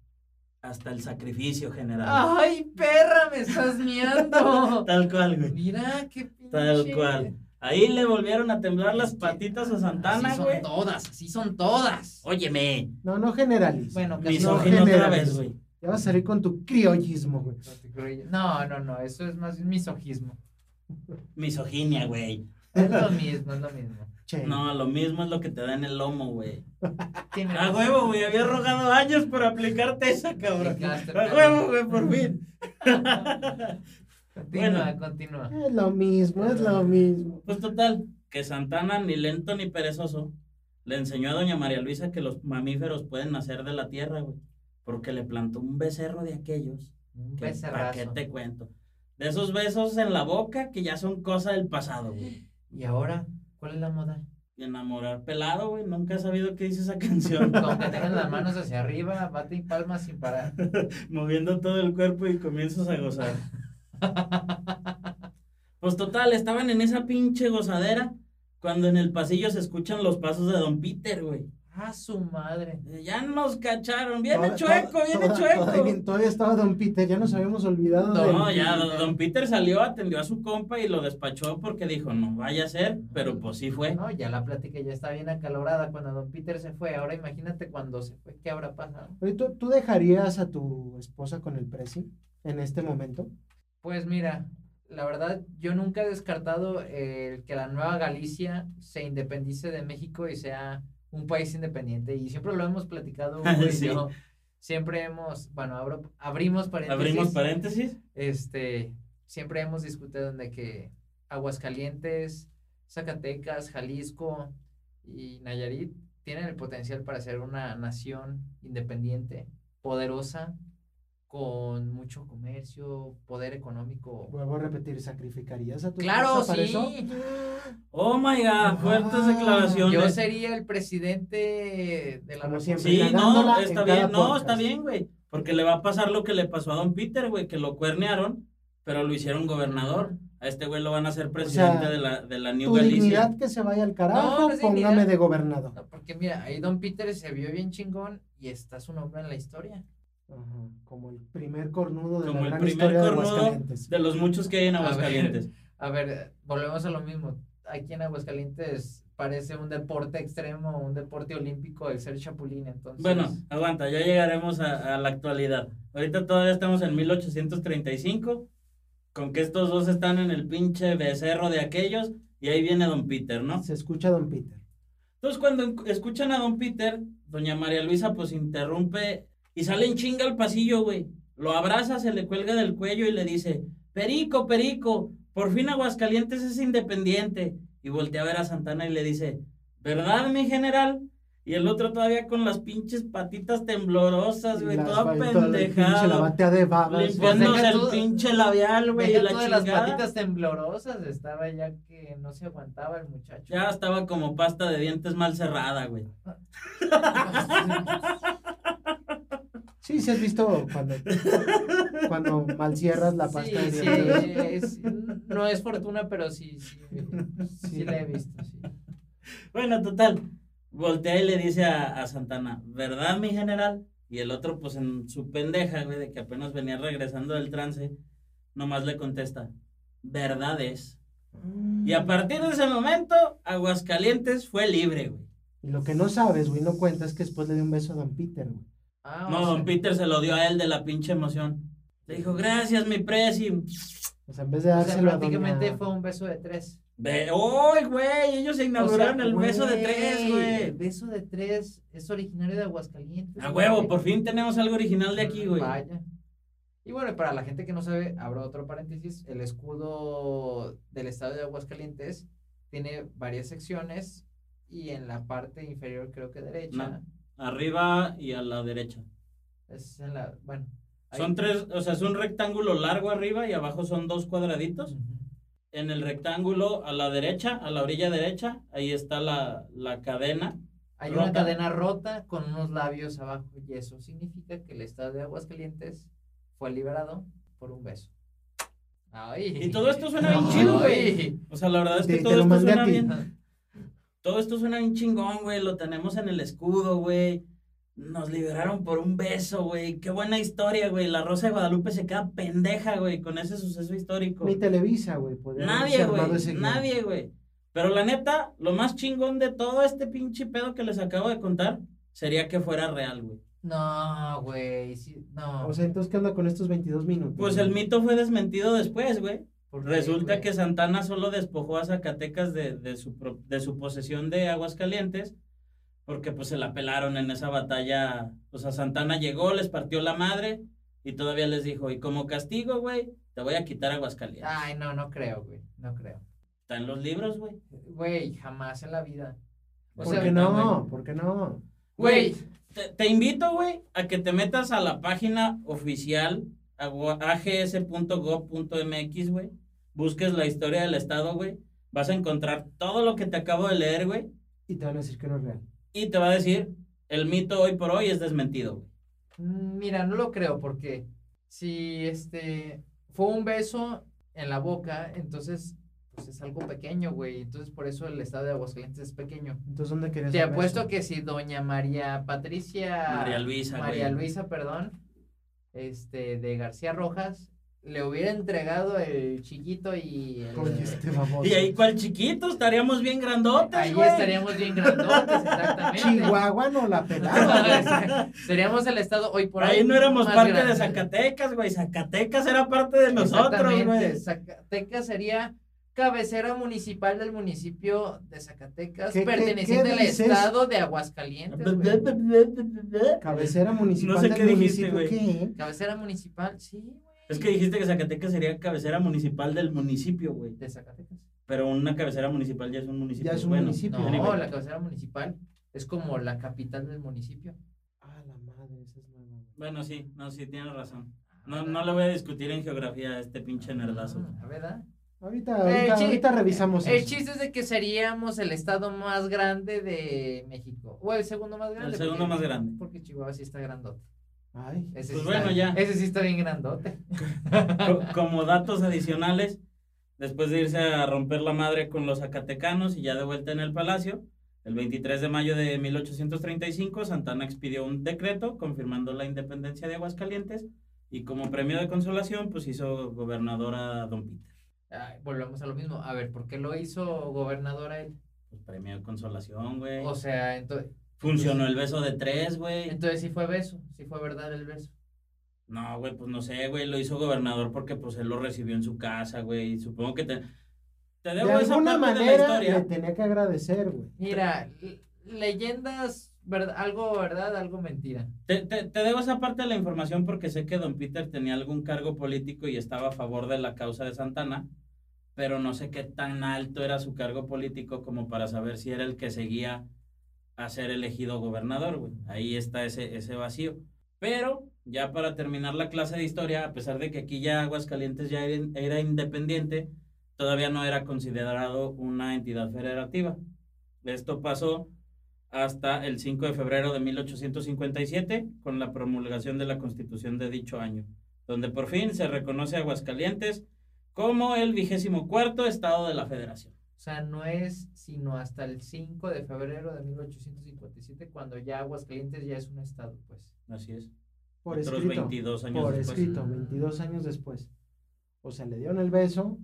Speaker 1: Hasta el sacrificio general.
Speaker 2: ¡Ay, perra! ¡Me estás miando!
Speaker 1: Tal cual, güey.
Speaker 2: Mira, qué pinche.
Speaker 1: Tal cual. Ahí le volvieron a temblar las
Speaker 2: Es que
Speaker 1: patitas a
Speaker 2: Así
Speaker 1: Santana,
Speaker 2: son
Speaker 1: güey.
Speaker 2: todas, así son todas.
Speaker 1: Óyeme,
Speaker 3: No, no generalices.
Speaker 2: Bueno, casi no.
Speaker 1: misógino otra
Speaker 3: generales.
Speaker 1: vez, güey.
Speaker 3: Ya vas a salir con tu criollismo, güey.
Speaker 2: No, no, no, eso es más misogismo.
Speaker 1: Misoginia, güey.
Speaker 2: Es lo mismo, es lo mismo.
Speaker 3: Che.
Speaker 1: No, lo mismo es lo que te da en el lomo, güey.
Speaker 2: Tiene
Speaker 1: A
Speaker 2: razón.
Speaker 1: huevo, güey. Había rogado años por aplicarte esa, cabrón.
Speaker 2: Aplicaste,
Speaker 1: A
Speaker 2: cabrón.
Speaker 1: huevo, güey, por fin.
Speaker 2: Continúa,
Speaker 1: Bueno.
Speaker 2: continúa.
Speaker 3: Es lo mismo, es lo mismo.
Speaker 1: Pues total, que Santana, ni lento ni perezoso, le enseñó a doña María Luisa que los mamíferos pueden nacer de la tierra, güey. Porque le plantó un becerro de aquellos.
Speaker 2: Un
Speaker 1: Que, ¿Para qué
Speaker 2: becerrazo.
Speaker 1: te cuento? De esos besos en la boca que ya son cosa del pasado, güey.
Speaker 2: Y ahora, ¿cuál es la moda?
Speaker 1: Y enamorar pelado, güey. Nunca he sabido qué dice esa canción.
Speaker 2: Con que tengan las manos hacia arriba, bate y palmas sin parar.
Speaker 1: moviendo todo el cuerpo y comienzas a gozar. Pues total, estaban en esa pinche gozadera cuando en el pasillo se escuchan los pasos de Don Peter, güey.
Speaker 2: ¡Ah, su madre!
Speaker 1: Ya nos cacharon, viene
Speaker 3: Toda-
Speaker 1: chueco,
Speaker 3: toda-
Speaker 1: viene
Speaker 3: toda-
Speaker 1: chueco.
Speaker 3: Todavía, todavía estaba Don Peter, ya nos habíamos olvidado de
Speaker 1: No, ya, don, don Peter salió, atendió a su compa y lo despachó porque dijo, no vaya a ser, pero pues sí fue.
Speaker 2: No, ya la plática ya está bien acalorada cuando don Peter se fue. Ahora imagínate cuando se fue, ¿qué habrá pasado?
Speaker 3: Oye, ¿Tú, tú dejarías a tu esposa con el presi en este momento?
Speaker 2: Pues mira, la verdad, yo nunca he descartado el que la Nueva Galicia se independice de México y sea un país independiente. Y siempre lo hemos platicado. Hugo y
Speaker 1: Sí.
Speaker 2: yo. Siempre hemos, bueno, abro- abrimos paréntesis.
Speaker 1: Abrimos paréntesis.
Speaker 2: este, siempre hemos discutido de que Aguascalientes, Zacatecas, Jalisco y Nayarit tienen el potencial para ser una nación independiente, poderosa, con mucho comercio, poder económico.
Speaker 3: Vuelvo a repetir, ¿sacrificarías a tu
Speaker 2: Claro,
Speaker 3: esposa para
Speaker 2: sí.
Speaker 3: eso?
Speaker 1: Oh my god, fuertes
Speaker 3: Ah,
Speaker 2: Yo
Speaker 1: declaraciones.
Speaker 2: sería el presidente de la
Speaker 3: Como
Speaker 2: República.
Speaker 3: siempre.
Speaker 1: Sí, no,
Speaker 3: Cagándola en
Speaker 1: está
Speaker 3: cada
Speaker 1: bien, no,
Speaker 3: podcast.
Speaker 1: está bien, güey. Porque le va a pasar lo que le pasó a Don Peter, güey, que lo cuernearon, pero lo hicieron gobernador. A este güey lo van a hacer presidente
Speaker 3: sea,
Speaker 1: de, la, de la New
Speaker 3: Tu
Speaker 1: Galicia.
Speaker 3: dignidad que se vaya al carajo,
Speaker 2: no es
Speaker 3: póngame
Speaker 2: dignidad.
Speaker 3: de gobernador.
Speaker 2: No, Porque mira, ahí Don Peter se vio bien chingón y está su nombre en la historia.
Speaker 3: Ajá, Como el primer cornudo de
Speaker 1: Como
Speaker 3: la
Speaker 1: el
Speaker 3: gran
Speaker 1: primer
Speaker 3: historia de
Speaker 1: cornudo
Speaker 3: Aguascalientes.
Speaker 1: De los muchos que hay en
Speaker 2: A ver.
Speaker 1: Aguascalientes.
Speaker 2: A ver, eh, volvemos a lo mismo. Aquí en Aguascalientes parece un deporte extremo, un deporte olímpico el ser chapulín, entonces.
Speaker 1: Bueno, aguanta, ya llegaremos a, a la actualidad. Ahorita todavía estamos en 1835, con que estos dos están en el pinche becerro de aquellos, y ahí viene Don Peter, ¿no?
Speaker 3: Se escucha Don Peter.
Speaker 1: Entonces, cuando en- escuchan a don Peter, doña María Luisa pues interrumpe y sale en chinga al pasillo, güey. Lo abraza, se le cuelga del cuello y le dice, Perico, Perico, por fin Aguascalientes es independiente. Y voltea a ver a Santana y le dice, ¿verdad, mi general? Y el otro todavía con las pinches patitas temblorosas, güey,
Speaker 3: Las
Speaker 1: todo
Speaker 3: faltó el pinche
Speaker 1: pendejado.
Speaker 3: lavatea de babas.
Speaker 2: Pues
Speaker 1: Limpiándose
Speaker 2: deja
Speaker 1: el
Speaker 2: tú-
Speaker 1: pinche labial, güey, y
Speaker 2: Deja
Speaker 1: la
Speaker 2: tú de
Speaker 1: chingada.
Speaker 2: las patitas temblorosas, estaba ya que no se aguantaba el muchacho.
Speaker 1: Ya estaba como pasta de dientes mal cerrada, güey.
Speaker 3: Sí, sí has visto cuando, cuando mal cierras la pasta
Speaker 2: sí,
Speaker 3: de
Speaker 2: sí,
Speaker 3: dientes.
Speaker 2: es- no es fortuna, pero sí, sí, sí,
Speaker 3: Sí.
Speaker 2: la he visto, sí.
Speaker 1: Bueno, total. Voltea y le dice a, a Santana, ¿verdad, mi general? Y el otro, pues en su pendeja, güey, de que apenas venía regresando del trance, nomás le contesta, ¿verdad es? Y a partir de ese momento, Aguascalientes fue libre, güey.
Speaker 3: Y lo que no sabes, güey, no cuentas que después le di un beso a Don Peter, güey.
Speaker 2: Ah,
Speaker 1: No,
Speaker 2: o
Speaker 1: don
Speaker 2: sea,
Speaker 1: Peter se lo dio a él de la pinche emoción. Le dijo, gracias, mi presi.
Speaker 3: O sea, en vez de
Speaker 2: o sea,
Speaker 3: dárselo a
Speaker 2: prácticamente
Speaker 3: doña-
Speaker 2: fue un beso de tres.
Speaker 1: Ve, ¡Uy, güey! Ellos se
Speaker 2: O sea,
Speaker 1: inauguraron el beso de
Speaker 2: güey,
Speaker 1: tres,
Speaker 2: El
Speaker 1: güey.
Speaker 2: beso de tres es originario de Aguascalientes.
Speaker 1: A huevo,
Speaker 2: güey.
Speaker 1: por fin tenemos algo original de aquí,
Speaker 2: Mm,
Speaker 1: güey.
Speaker 2: Vaya. Y bueno, para la gente que no sabe, abro otro paréntesis, el escudo del estado de Aguascalientes tiene varias secciones y en la parte inferior, creo que derecha,
Speaker 1: Arriba y a la derecha.
Speaker 2: es en la, bueno. ahí-
Speaker 1: Son tres, o sea, es un rectángulo largo arriba y abajo son dos cuadraditos.
Speaker 2: Ujú.
Speaker 1: En el rectángulo a la derecha, a la orilla derecha, ahí está la, la cadena.
Speaker 2: Hay
Speaker 1: Rota.
Speaker 2: una cadena rota con unos labios abajo y eso significa que el estado de Aguascalientes fue liberado por un beso. Ay.
Speaker 1: Y todo esto suena bien chido, güey. O sea, la verdad es que
Speaker 3: Te- te
Speaker 1: todo
Speaker 3: lo
Speaker 1: esto
Speaker 3: mandé a
Speaker 1: suena
Speaker 3: ti.
Speaker 1: bien.
Speaker 2: Ajá.
Speaker 1: Todo esto suena bien chingón, güey. Lo tenemos en el escudo, güey. Nos liberaron por un beso, güey. Qué buena historia, güey. La Rosa de Guadalupe se queda pendeja, güey, con ese suceso histórico.
Speaker 3: Ni Televisa, güey. podría haberse
Speaker 1: Nadie,
Speaker 3: armado ese
Speaker 1: güey.
Speaker 3: guión.
Speaker 1: Nadie, güey. Pero la neta, lo más chingón de todo este pinche pedo que les acabo de contar sería que fuera real, güey.
Speaker 2: No, güey, sí, no.
Speaker 3: O sea, entonces, ¿qué onda con estos 22 minutos?
Speaker 1: Pues
Speaker 3: güey?
Speaker 1: el mito fue desmentido después, güey.
Speaker 2: ¿por qué,
Speaker 1: Resulta
Speaker 2: güey?
Speaker 1: que Santana solo despojó a Zacatecas de, de su, pro- de su posesión de Aguascalientes, porque pues se la pelaron en esa batalla. O sea, Santana llegó, les partió la madre y todavía les dijo, y como castigo, güey, te voy a quitar Aguascalientes.
Speaker 2: Ay, no, no creo, güey, no creo.
Speaker 1: Está en los libros, güey.
Speaker 2: Güey, jamás en la vida. O
Speaker 3: ¿Por
Speaker 2: sea,
Speaker 3: qué
Speaker 1: ahorita,
Speaker 3: no? ¿Por qué no?
Speaker 2: Güey,
Speaker 1: Te, te invito, güey, a que te metas a la página oficial agua- ags.gov.mx, güey. Busques la historia del Estado, güey. Vas a encontrar todo lo que te acabo de leer, güey.
Speaker 3: Y te van a decir que no es real.
Speaker 1: Y te va a decir, el mito hoy por hoy es desmentido, güey.
Speaker 2: mm, mira, no lo creo porque si este fue un beso en la boca, entonces pues es algo pequeño, güey. Entonces por eso el estado de Aguascalientes es pequeño.
Speaker 3: Entonces, ¿dónde querías
Speaker 2: Te
Speaker 3: el
Speaker 2: apuesto
Speaker 3: beso?
Speaker 2: que si doña María Patricia
Speaker 1: María Luisa, güey.
Speaker 2: Ah, María Luisa, perdón, este de García Rojas le hubiera entregado el chiquito y el-
Speaker 3: Oye, este baboso.
Speaker 1: Y ahí cual chiquito, estaríamos bien grandotes,
Speaker 2: Ahí
Speaker 1: güey.
Speaker 2: estaríamos bien grandotes, exactamente.
Speaker 3: Chihuahua no la pelaba.
Speaker 2: Exacto. Seríamos el estado hoy por
Speaker 1: Ahí
Speaker 2: hoy
Speaker 1: no éramos
Speaker 2: más
Speaker 1: parte
Speaker 2: grande.
Speaker 1: de Zacatecas, güey. Zacatecas era parte de nosotros,
Speaker 2: Exactamente.
Speaker 1: güey.
Speaker 2: Zacatecas sería cabecera municipal del municipio de Zacatecas,
Speaker 3: ¿Qué- qué-
Speaker 2: perteneciente
Speaker 3: qué
Speaker 2: al
Speaker 3: dices?
Speaker 2: estado de
Speaker 1: Pues,
Speaker 2: Aguascalientes. güey.
Speaker 3: Cabecera municipal
Speaker 1: No sé
Speaker 3: del
Speaker 1: qué dijiste,
Speaker 3: municipio.
Speaker 1: güey.
Speaker 3: ¿Qué?
Speaker 2: Cabecera municipal, sí, güey.
Speaker 1: Es que dijiste que Zacatecas sería cabecera municipal del municipio, güey.
Speaker 2: de Zacatecas.
Speaker 1: Pero una cabecera municipal ya es un municipio.
Speaker 3: Ya es un
Speaker 1: bueno,
Speaker 3: municipio.
Speaker 2: No,
Speaker 1: anyway.
Speaker 2: la cabecera municipal es como la capital del municipio.
Speaker 3: Ah, la madre, esa es nueva. güey.
Speaker 1: Bueno, sí, no, sí, tienes razón. No, no le voy a discutir en geografía a este pinche nerdazo.
Speaker 2: Ah, ¿Verdad?
Speaker 3: Ahorita,
Speaker 2: Eh,
Speaker 3: ahorita,
Speaker 2: chi-
Speaker 3: ahorita revisamos
Speaker 2: El
Speaker 3: eso.
Speaker 2: chiste es de que seríamos el estado más grande de México. O el segundo más grande.
Speaker 1: El segundo
Speaker 2: porque-
Speaker 1: más grande.
Speaker 2: Porque Chihuahua sí está grandote.
Speaker 3: Ay,
Speaker 2: Ese
Speaker 1: Pues
Speaker 2: sí
Speaker 1: bueno,
Speaker 2: está,
Speaker 1: ya.
Speaker 2: Ese sí está bien grandote.
Speaker 1: Co- Como datos adicionales, después de irse a romper la madre con los zacatecanos y ya de vuelta en el palacio, el 23 de mayo de 1835, Santana expidió un decreto confirmando la independencia de Aguascalientes y como premio de consolación, pues hizo gobernador a Don Peter.
Speaker 2: Ay, volvemos a lo mismo. A ver, ¿por qué lo hizo gobernadora él?
Speaker 1: Pues premio de consolación, güey.
Speaker 2: O sea, pues, entonces,
Speaker 1: Funcionó el beso de tres, güey.
Speaker 2: entonces sí fue beso. Sí fue verdad el beso.
Speaker 1: No, güey, pues no sé, güey. Lo hizo gobernador porque pues él lo recibió en su casa, güey. y Supongo que te... Te
Speaker 3: de
Speaker 1: debo esa
Speaker 3: alguna
Speaker 1: parte de la
Speaker 3: manera eh,
Speaker 1: historia.
Speaker 3: le tenía que agradecer, güey.
Speaker 2: Mira, l- leyendas, ver- algo verdad, algo mentira.
Speaker 1: Te, te- te debo esa parte de la información porque sé que don Peter tenía algún cargo político y estaba a favor de la causa de Santana, pero no sé qué tan alto era su cargo político como para saber si era el que seguía a ser elegido gobernador, güey. Ahí está ese, ese vacío. Pero ya para terminar la clase de historia, a pesar de que aquí ya Aguascalientes ya era, era independiente, todavía no era considerado una entidad federativa. Esto pasó hasta el 5 de febrero de 1857 con la promulgación de la constitución de dicho año, donde por fin se reconoce a Aguascalientes como el vigésimo cuarto estado de la federación.
Speaker 2: O sea, no es sino hasta el 5 de febrero de 1857 cuando ya Aguascalientes ya es un estado, pues.
Speaker 1: Así es.
Speaker 3: Por
Speaker 1: Otros
Speaker 3: escrito.
Speaker 1: 22 años
Speaker 3: por
Speaker 1: después.
Speaker 3: escrito, 22 años después. O sea, le dieron el beso.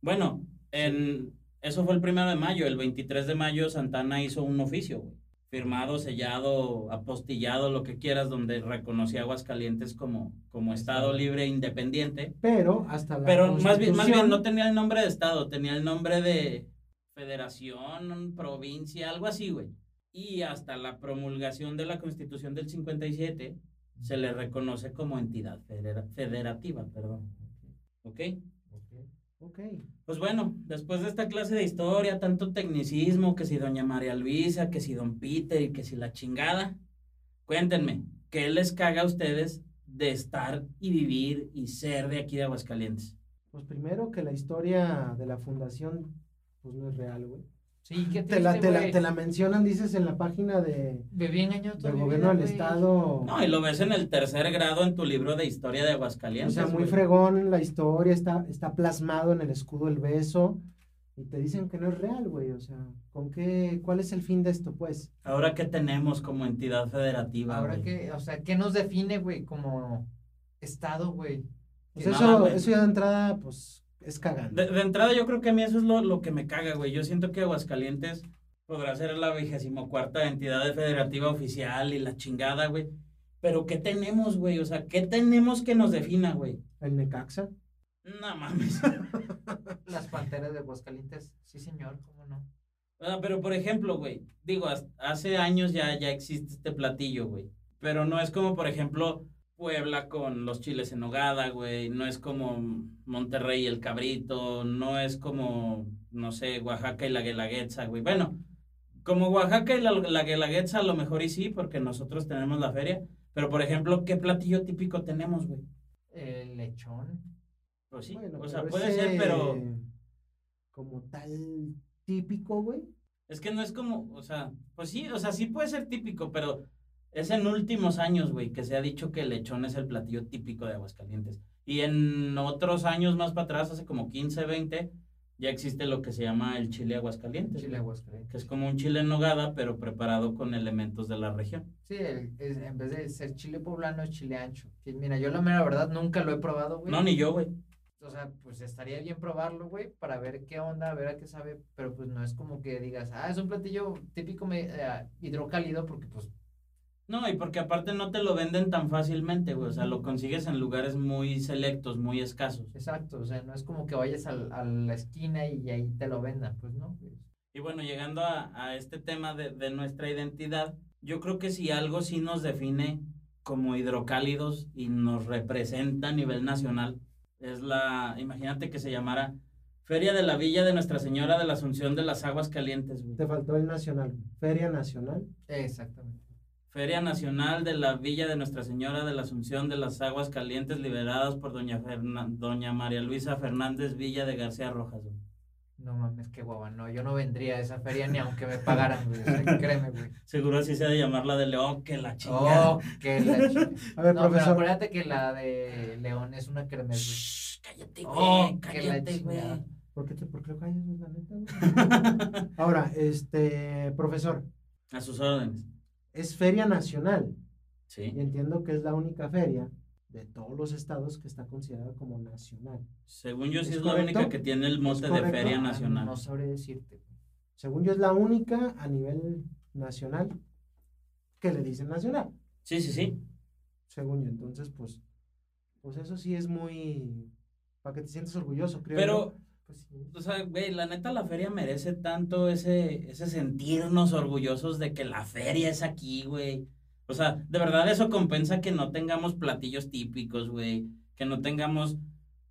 Speaker 1: Bueno, en, eso fue el primero de mayo. El 23 de mayo Santana hizo un oficio, güey, Firmado, sellado, apostillado, lo que quieras, donde reconocía a Aguascalientes como, como Estado libre e independiente.
Speaker 3: Pero hasta la
Speaker 1: Pero más bien, más bien no
Speaker 3: Constitución-
Speaker 1: tenía el nombre de Estado, tenía el nombre de Federación, provincia, algo así, güey. Y hasta la promulgación de la Constitución del 57 se le reconoce como entidad federa- federativa, perdón. ¿Ok?
Speaker 3: Ok.
Speaker 1: Pues bueno, después de esta clase de historia, tanto tecnicismo, que si doña María Luisa, que si don Peter y que si la chingada, cuéntenme, ¿qué les caga a ustedes de estar y vivir y ser de aquí de Aguascalientes?
Speaker 3: Pues primero que la historia de la fundación pues no es real, güey.
Speaker 2: Sí, qué
Speaker 3: Te la,
Speaker 2: triste,
Speaker 3: te, la,
Speaker 2: güey.
Speaker 3: te la mencionan, dices, en la página de,
Speaker 2: Viví engañado toda
Speaker 3: del
Speaker 2: mi
Speaker 3: gobierno
Speaker 2: vida,
Speaker 3: del
Speaker 2: güey.
Speaker 3: estado.
Speaker 1: No, y lo ves en el tercer grado en tu libro de historia de
Speaker 3: o
Speaker 1: Aguascalientes.
Speaker 3: sea, muy
Speaker 1: güey.
Speaker 3: fregón en la historia, está, está plasmado en el escudo el beso. Y te dicen que no es real, güey. O sea, ¿con qué, cuál es el fin de esto, pues?
Speaker 1: Ahora que tenemos como entidad federativa.
Speaker 2: Ahora
Speaker 1: güey?
Speaker 2: que, o sea, ¿qué nos define, güey, como estado, güey?
Speaker 3: Pues
Speaker 1: Que
Speaker 3: eso,
Speaker 1: nada, güey.
Speaker 3: eso ya de entrada, pues, es cagando.
Speaker 1: De, de entrada, yo creo que a mí eso es lo, lo que me caga, güey. Yo siento que Aguascalientes podrá ser la vigésimo cuarta entidad federativa oficial y la chingada, güey. Pero ¿qué tenemos, güey? O sea, ¿qué tenemos que nos defina, güey?
Speaker 3: El Necaxa.
Speaker 1: No mames.
Speaker 2: Las panteras de Aguascalientes, sí, señor, cómo no.
Speaker 1: Ah, pero por ejemplo, güey, digo, has- hace años ya, ya existe este platillo, güey. Pero no es como, por ejemplo, Puebla con los chiles en hogada, güey. No es como Monterrey el cabrito. No es como, no sé, Oaxaca y la guelaguetza, güey. Bueno, como Oaxaca y la, la guelaguetza a lo mejor y sí, porque nosotros tenemos la feria. Pero por ejemplo, ¿qué platillo típico tenemos, güey?
Speaker 2: El lechón.
Speaker 1: Pues sí,
Speaker 3: Bueno,
Speaker 1: o sea,
Speaker 3: pero
Speaker 1: puede
Speaker 3: ese,
Speaker 1: ser, pero
Speaker 3: Como tal típico, güey.
Speaker 1: Es que no es como, o sea, pues sí, o sea, sí puede ser típico, pero es en últimos años, güey, que se ha dicho que el lechón es el platillo típico de Aguascalientes. Y en otros años más para atrás, hace como 15, 20, ya existe lo que se llama el chile Aguascalientes,
Speaker 2: Chile Aguascalientes.
Speaker 1: que es como un chile en nogada, pero preparado con elementos de la región.
Speaker 2: Sí, el- es- en vez de ser chile poblano, es chile ancho. Que mira, yo la mera verdad nunca lo he probado, güey.
Speaker 1: No, ni yo, güey.
Speaker 2: O sea, pues estaría bien probarlo, güey, para ver qué onda, a ver a qué sabe. Pero pues no es como que digas, ah, es un platillo típico me- eh, hidrocálido, porque pues
Speaker 1: No, y porque aparte no te lo venden tan fácilmente, güey. O sea, lo consigues en lugares muy selectos, muy escasos.
Speaker 2: Exacto, o sea, no es como que vayas al- a, la esquina y ahí te lo vendan, pues no. güey.
Speaker 1: Y bueno, llegando a, a este tema de, de nuestra identidad, yo creo que si algo sí nos define como hidrocálidos y nos representa a nivel nacional, es la, imagínate que se llamara Feria de la Villa de Nuestra Señora de la Asunción de las Aguas Calientes, güey.
Speaker 3: Te faltó el nacional. Feria nacional.
Speaker 2: Exactamente.
Speaker 1: Feria Nacional de la Villa de Nuestra Señora de la Asunción de las Aguas Calientes liberadas por doña, Ferna- doña María Luisa Fernández Villa de García Rojas, güey.
Speaker 2: No mames, qué guava, no, yo no vendría a esa feria ni aunque me pagaran, güey, o sea, créeme, güey.
Speaker 1: Seguro así se ha de llamar la de León, que la chingada.
Speaker 2: Oh, qué la chingada.
Speaker 3: A ver,
Speaker 2: No, pero
Speaker 3: profesor.
Speaker 2: acuérdate que la de León es una kermés,
Speaker 1: Shh, cállate,
Speaker 2: güey.
Speaker 1: güey,
Speaker 2: Oh, qué la
Speaker 1: cállate, güey.
Speaker 2: chingada.
Speaker 3: ¿Por qué te por qué lo callas, güey, la neta, güey? Ahora, este, profesor,
Speaker 1: A sus órdenes.
Speaker 3: es feria nacional. Y
Speaker 1: Sí.
Speaker 3: entiendo que es la única feria de todos los estados que está considerada como nacional.
Speaker 1: Según yo, sí
Speaker 3: ¿Es
Speaker 1: es, la única
Speaker 3: correcto?
Speaker 1: que tiene el mote de
Speaker 3: correcto?
Speaker 1: Feria
Speaker 2: Ah,
Speaker 1: Nacional.
Speaker 2: No sabré decirte.
Speaker 3: Según yo, es la única a nivel nacional que le dicen nacional.
Speaker 1: Sí, sí, sí.
Speaker 3: Según yo, entonces, pues, pues eso sí es muy. para que te sientas orgulloso, creo. yo.
Speaker 1: Pero,
Speaker 2: Pues sí.
Speaker 1: o sea, güey, la neta, la feria merece tanto ese, ese sentirnos orgullosos de que la feria es aquí, güey. O sea, de verdad eso compensa que no tengamos platillos típicos, güey. Que no tengamos,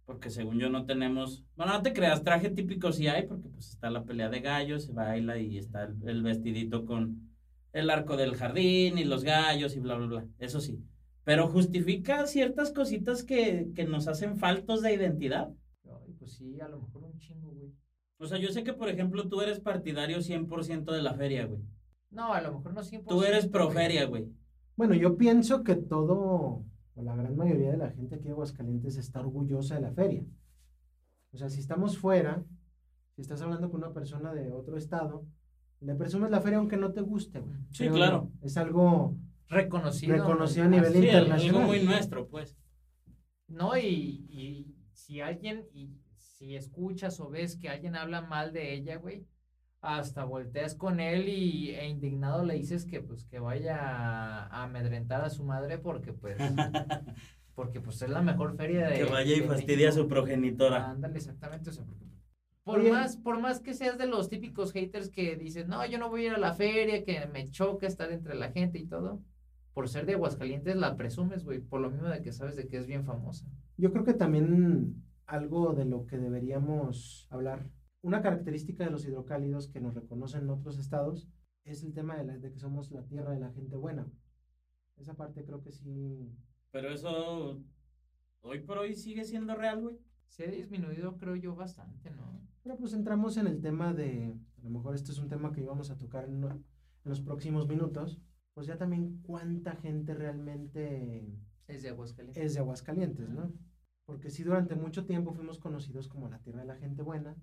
Speaker 1: porque según yo no tenemos, bueno, no te creas, traje típico sí hay, porque pues está la pelea de gallos, se baila y está el, el vestidito con el arco del jardín y los gallos y bla, bla, bla. Eso sí. Pero justifica ciertas cositas que, que nos hacen faltos de identidad.
Speaker 2: Ay, pues sí, a lo mejor un chingo, güey.
Speaker 1: O sea, yo sé que, por ejemplo, tú eres partidario 100% de la feria, güey.
Speaker 2: No, a lo mejor no 100%.
Speaker 1: Tú eres
Speaker 2: güey.
Speaker 1: proferia, güey.
Speaker 3: Bueno, yo pienso que todo, o la gran mayoría de la gente aquí de Aguascalientes está orgullosa de la feria. O sea, si estamos fuera, si estás hablando con una persona de otro estado, le presumes la feria aunque no te guste, güey.
Speaker 1: Sí,
Speaker 3: Creo yo.
Speaker 1: claro.
Speaker 3: Es algo,
Speaker 2: Reconocido.
Speaker 3: Reconocido a
Speaker 2: güey.
Speaker 3: nivel
Speaker 2: Así
Speaker 1: Sí,
Speaker 2: es.
Speaker 1: algo
Speaker 3: internacional.
Speaker 1: muy nuestro, pues.
Speaker 2: No, y, y si alguien, y si escuchas o ves que alguien habla mal de ella, güey, hasta volteas con él y, e indignado le dices que pues que vaya a amedrentar a su madre porque pues, porque pues es la mejor feria de
Speaker 1: que vaya y
Speaker 2: de
Speaker 1: fastidie a su
Speaker 2: México.
Speaker 1: progenitora.
Speaker 2: Ándale, exactamente, o sea, porque- pues, por
Speaker 3: Oye.
Speaker 2: más, por más que seas de los típicos haters que dicen, no, yo no voy a ir a la feria, que me choca estar entre la gente y todo, por ser de Aguascalientes la presumes, güey, por lo mismo de que sabes de que es bien famosa.
Speaker 3: yo creo que también algo de lo que deberíamos hablar, una característica de los hidrocálidos que nos reconocen otros estados, es el tema de, la- de que somos la tierra de la gente buena. güey. Esa parte creo que sí.
Speaker 1: Pero eso hoy por hoy sigue siendo real, güey.
Speaker 2: Se ha disminuido, creo yo, bastante, ¿no?
Speaker 3: Pero pues entramos en el tema de, a lo mejor este es un tema que íbamos a tocar en, en los próximos minutos, pues ya también cuánta gente realmente
Speaker 2: Es de Aguascalientes.
Speaker 3: es de Aguascalientes, ¿no? Porque sí, durante mucho tiempo fuimos conocidos como la tierra de la gente buena,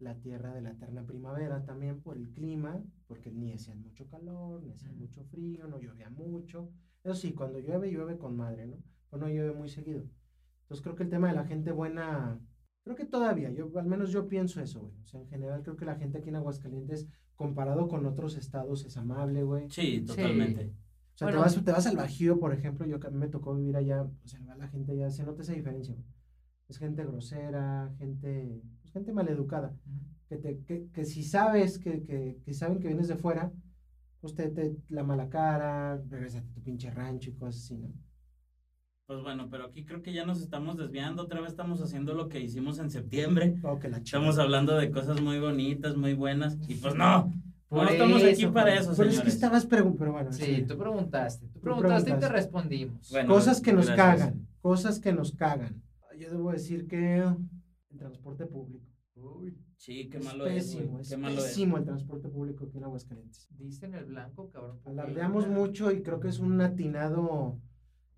Speaker 3: la tierra de la eterna primavera también por el clima, porque ni hacían mucho calor, ni hacían
Speaker 2: Ujú.
Speaker 3: mucho frío, no llovía mucho. Eso sí, cuando llueve, llueve con madre, ¿no? O no llueve muy seguido. Entonces creo que el tema de la gente buena, creo que todavía, yo al menos yo pienso eso, güey. O sea, en general creo que la gente aquí en Aguascalientes, comparado con otros estados, es amable, güey.
Speaker 1: Sí, totalmente.
Speaker 3: O sea,
Speaker 2: Bueno.
Speaker 3: te, vas, te vas al Bajío, por ejemplo, yo que a mí me tocó vivir allá, o sea, va la gente allá, se nota esa diferencia, güey. Es gente grosera, gente, pues, gente maleducada,
Speaker 2: Ujú.
Speaker 3: que, te, que, que si sabes que, que, que saben que vienes de fuera, pues te, te- la mala cara, regresate a tu pinche rancho y cosas así, ¿no?
Speaker 1: Pues bueno, pero aquí creo que ya nos estamos desviando. Otra vez estamos haciendo lo que hicimos en septiembre.
Speaker 3: O que la
Speaker 1: Estamos
Speaker 3: chingada.
Speaker 1: hablando de cosas muy bonitas, muy buenas. Y pues no,
Speaker 2: Por
Speaker 1: no estamos aquí
Speaker 2: eso,
Speaker 1: para
Speaker 2: güey.
Speaker 1: eso,
Speaker 3: Pero es que
Speaker 1: señores.
Speaker 3: estabas preguntando, pero bueno,
Speaker 2: Sí,
Speaker 3: sí.
Speaker 2: tú preguntaste. Tú preguntaste y te
Speaker 3: preguntaste.
Speaker 2: respondimos.
Speaker 1: Bueno.
Speaker 3: Cosas que nos
Speaker 1: gracias.
Speaker 3: cagan, cosas que nos cagan. Yo debo decir que el transporte público.
Speaker 2: Uy,
Speaker 1: Sí, qué
Speaker 3: es
Speaker 1: malo es,
Speaker 3: pésimo,
Speaker 1: güey,
Speaker 3: es,
Speaker 1: Qué malo es.
Speaker 3: pésimo el transporte público aquí en Aguascalientes.
Speaker 2: diste en el blanco, cabrón. porque
Speaker 3: Alardeamos
Speaker 2: una-
Speaker 3: mucho y creo que es un atinado,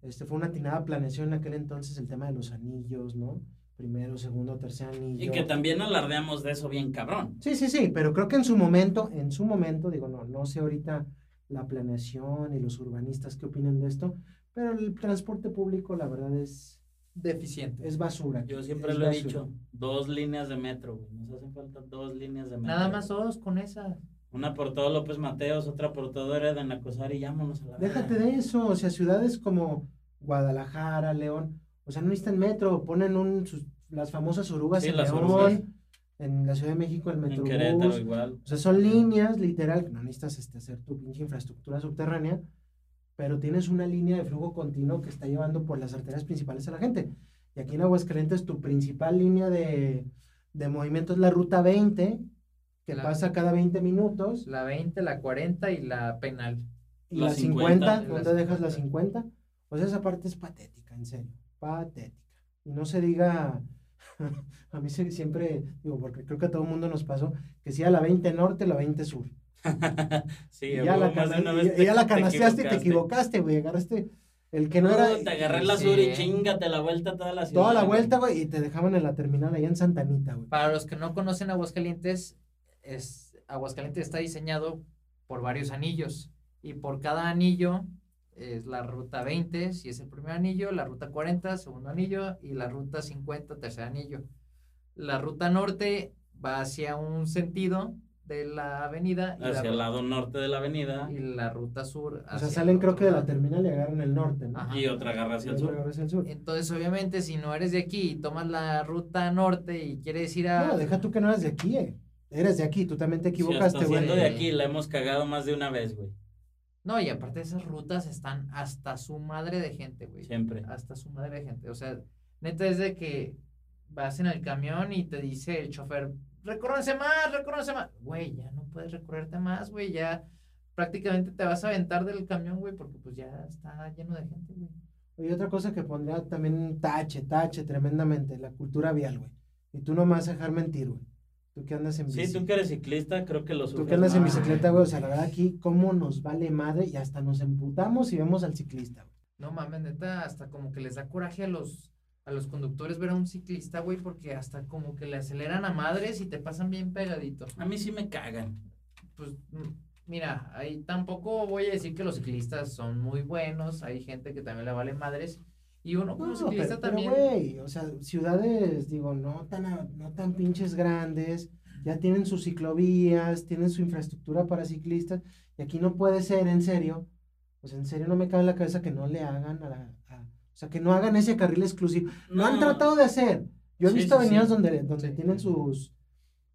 Speaker 3: este fue una atinada planeación en aquel entonces el tema de los anillos, ¿no? Primero, segundo, tercer anillo.
Speaker 1: Y que también alardeamos de eso bien cabrón.
Speaker 3: Sí, sí, sí, pero creo que en su momento, en su momento, digo, no, no sé ahorita la planeación y los urbanistas qué opinan de esto, pero el transporte público la verdad es,
Speaker 2: Deficiente.
Speaker 3: es basura.
Speaker 1: Yo siempre
Speaker 3: es
Speaker 1: lo he
Speaker 3: basura.
Speaker 1: dicho, dos líneas de metro, güey. Nos hacen falta dos líneas de metro.
Speaker 2: Nada más dos con esa.
Speaker 1: Una por todo López Mateos, otra por todo Era de Nacosari, llámonos a la
Speaker 3: Déjate
Speaker 1: verga.
Speaker 3: de eso, o sea, ciudades como Guadalajara, León, o sea, no necesitan metro, ponen un, sus- las famosas orugas
Speaker 1: Sí,
Speaker 3: en
Speaker 1: las
Speaker 3: León,
Speaker 1: orugas.
Speaker 3: en la Ciudad de México el
Speaker 1: En
Speaker 3: metrobús,
Speaker 1: Querétaro igual.
Speaker 3: o sea, son líneas, literal, que no necesitas este, hacer tu pinche infraestructura subterránea, pero tienes una línea de flujo continuo que está llevando por las arterias principales a la gente. Y aquí en Aguascalientes tu principal línea de, de movimiento es la ruta 20, que
Speaker 2: La-
Speaker 3: pasa cada 20 minutos.
Speaker 2: La 20, la 40 y la penal.
Speaker 3: Y
Speaker 1: La
Speaker 3: la
Speaker 1: 50,
Speaker 3: 50,
Speaker 2: la
Speaker 3: ¿dónde dejas la
Speaker 2: 50?
Speaker 3: 50? Pues esa parte es patética, en serio, patética. Y no se diga, a mí se- siempre, digo, porque creo que a todo el mundo nos pasó, que si a la 20 norte, la 20 sur.
Speaker 1: Sí,
Speaker 3: Y
Speaker 1: a
Speaker 3: ya
Speaker 1: huevo,
Speaker 3: la,
Speaker 1: más de
Speaker 3: cana-
Speaker 1: una
Speaker 3: y-
Speaker 1: vez
Speaker 3: y ya la canasteaste y te
Speaker 1: equivocaste.
Speaker 3: equivocaste, güey, agarraste el que
Speaker 1: No,
Speaker 3: no era.
Speaker 1: te agarré la
Speaker 2: Sí.
Speaker 1: sur y chingate la vuelta toda la ciudad.
Speaker 3: Toda la
Speaker 1: güey.
Speaker 3: vuelta, güey, y te dejaban en la terminal allá en Santanita, güey.
Speaker 2: Para los que no conocen Aguascalientes, es, Aguascalientes está diseñado por varios anillos. Y por cada anillo es la ruta 20, si es el primer anillo, la ruta 40, segundo anillo, y la ruta 50, tercer anillo. La ruta norte va hacia un sentido de la avenida y, la,
Speaker 1: Hacia el lado norte de la avenida
Speaker 2: y la ruta sur.
Speaker 3: O sea,
Speaker 2: hacia
Speaker 3: salen
Speaker 2: el
Speaker 3: creo
Speaker 2: otro
Speaker 3: que de la
Speaker 2: lado.
Speaker 3: terminal y agarran el norte, ¿no?
Speaker 2: Ajá.
Speaker 1: y otra agarra hacia el
Speaker 3: Y
Speaker 1: sur.
Speaker 3: agarras el sur.
Speaker 2: Entonces, obviamente, si no eres de aquí y tomas la ruta norte y quieres ir a...
Speaker 3: No, deja tú que no eras de aquí, eh. Eres de aquí, tú también te
Speaker 1: Sí, hasta
Speaker 3: equivocaste, güey.
Speaker 1: siendo
Speaker 2: güey.
Speaker 1: de aquí la hemos cagado más de una vez, güey.
Speaker 2: No, y aparte esas rutas están hasta su madre de gente, güey.
Speaker 1: Siempre.
Speaker 3: Ah,
Speaker 2: Hasta su madre de gente. O sea, neta es de que vas en el camión y te dice el chofer, recórranse más, recórranse más. Güey, ya no puedes recorrerte más, güey. Ya prácticamente te vas a aventar del camión, güey, porque pues ya está lleno de gente, güey.
Speaker 3: Y otra cosa que pondría también tache, tache tremendamente, la cultura vial, güey. Y tú no me vas a dejar mentir, güey. Tú que andas en bici.
Speaker 1: Sí, tú que eres ciclista, creo que lo
Speaker 3: Tú
Speaker 1: sufres
Speaker 3: que andas en
Speaker 1: más.
Speaker 3: bicicleta, güey. O sea, la verdad aquí, cómo nos vale madre y hasta nos emputamos y vemos al ciclista, güey.
Speaker 2: No mames, neta, hasta como que les da coraje a los, a los conductores ver a un ciclista, güey, porque hasta como que le aceleran a madres y te pasan bien pegadito.
Speaker 1: A mí sí me cagan.
Speaker 2: Pues mm, mira, ahí tampoco voy a decir que los ciclistas son muy buenos, hay gente que también le vale madres. Y uno como
Speaker 3: No,
Speaker 2: ciclista
Speaker 3: pero- pero,
Speaker 2: también.
Speaker 3: güey, o sea, ciudades, digo, no tan, a- no tan pinches grandes, ya tienen sus ciclovías, tienen su infraestructura para ciclistas, y aquí no puede ser, en serio, pues en serio no me cabe en la cabeza que no le hagan a la, a- o sea, que no hagan ese carril exclusivo. Lo han tratado de hacer. Yo he
Speaker 1: Sí,
Speaker 3: visto
Speaker 1: sí,
Speaker 3: avenidas
Speaker 1: sí.
Speaker 3: donde, donde
Speaker 2: Sí.
Speaker 3: tienen sus,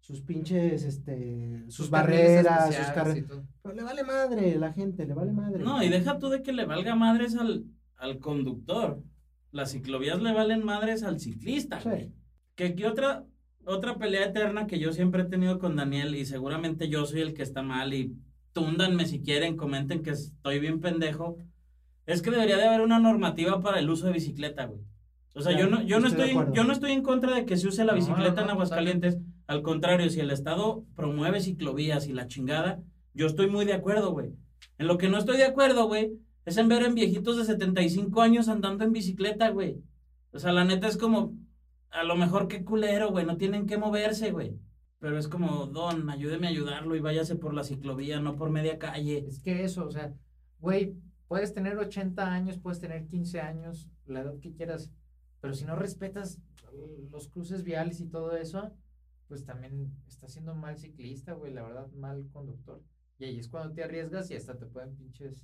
Speaker 3: sus pinches, este, sus,
Speaker 2: carriles
Speaker 3: barreras, sus
Speaker 2: especiales y
Speaker 3: carreras,
Speaker 2: todo.
Speaker 3: pero le vale madre la gente, le vale madre.
Speaker 1: No, y deja tú de que le valga madres al, al conductor. Las ciclovías le valen madres al ciclista,
Speaker 3: Sí.
Speaker 1: güey. Que aquí otra, otra pelea eterna que yo siempre he tenido con Daniel, y seguramente yo soy el que está mal, y túndanme si quieren, comenten que estoy bien pendejo, es que debería de haber una normativa para el uso de bicicleta, güey. O sea,
Speaker 3: Claro,
Speaker 1: yo no, yo no
Speaker 3: estoy de
Speaker 1: estoy,
Speaker 3: acuerdo.
Speaker 1: yo no estoy en contra de que se use la
Speaker 2: No, no,
Speaker 1: bicicleta en
Speaker 2: no,
Speaker 1: Aguascalientes. Al contrario, si el Estado promueve ciclovías y la chingada, yo estoy muy de acuerdo, güey. En lo que no estoy de acuerdo, güey, es en ver en viejitos de 75 años andando en bicicleta, güey. O sea, la neta es como, a lo mejor qué culero, güey, no tienen que moverse, güey. Pero es como, don, ayúdeme a ayudarlo y váyase por la ciclovía, no por media calle.
Speaker 2: Es que eso, o sea, güey, puedes tener 80 años, puedes tener 15 años, la edad que quieras, pero si no respetas eh, los cruces viales y todo eso, pues también está siendo mal ciclista, güey, la verdad, mal conductor. Y ahí es cuando te arriesgas y hasta te pueden pinches.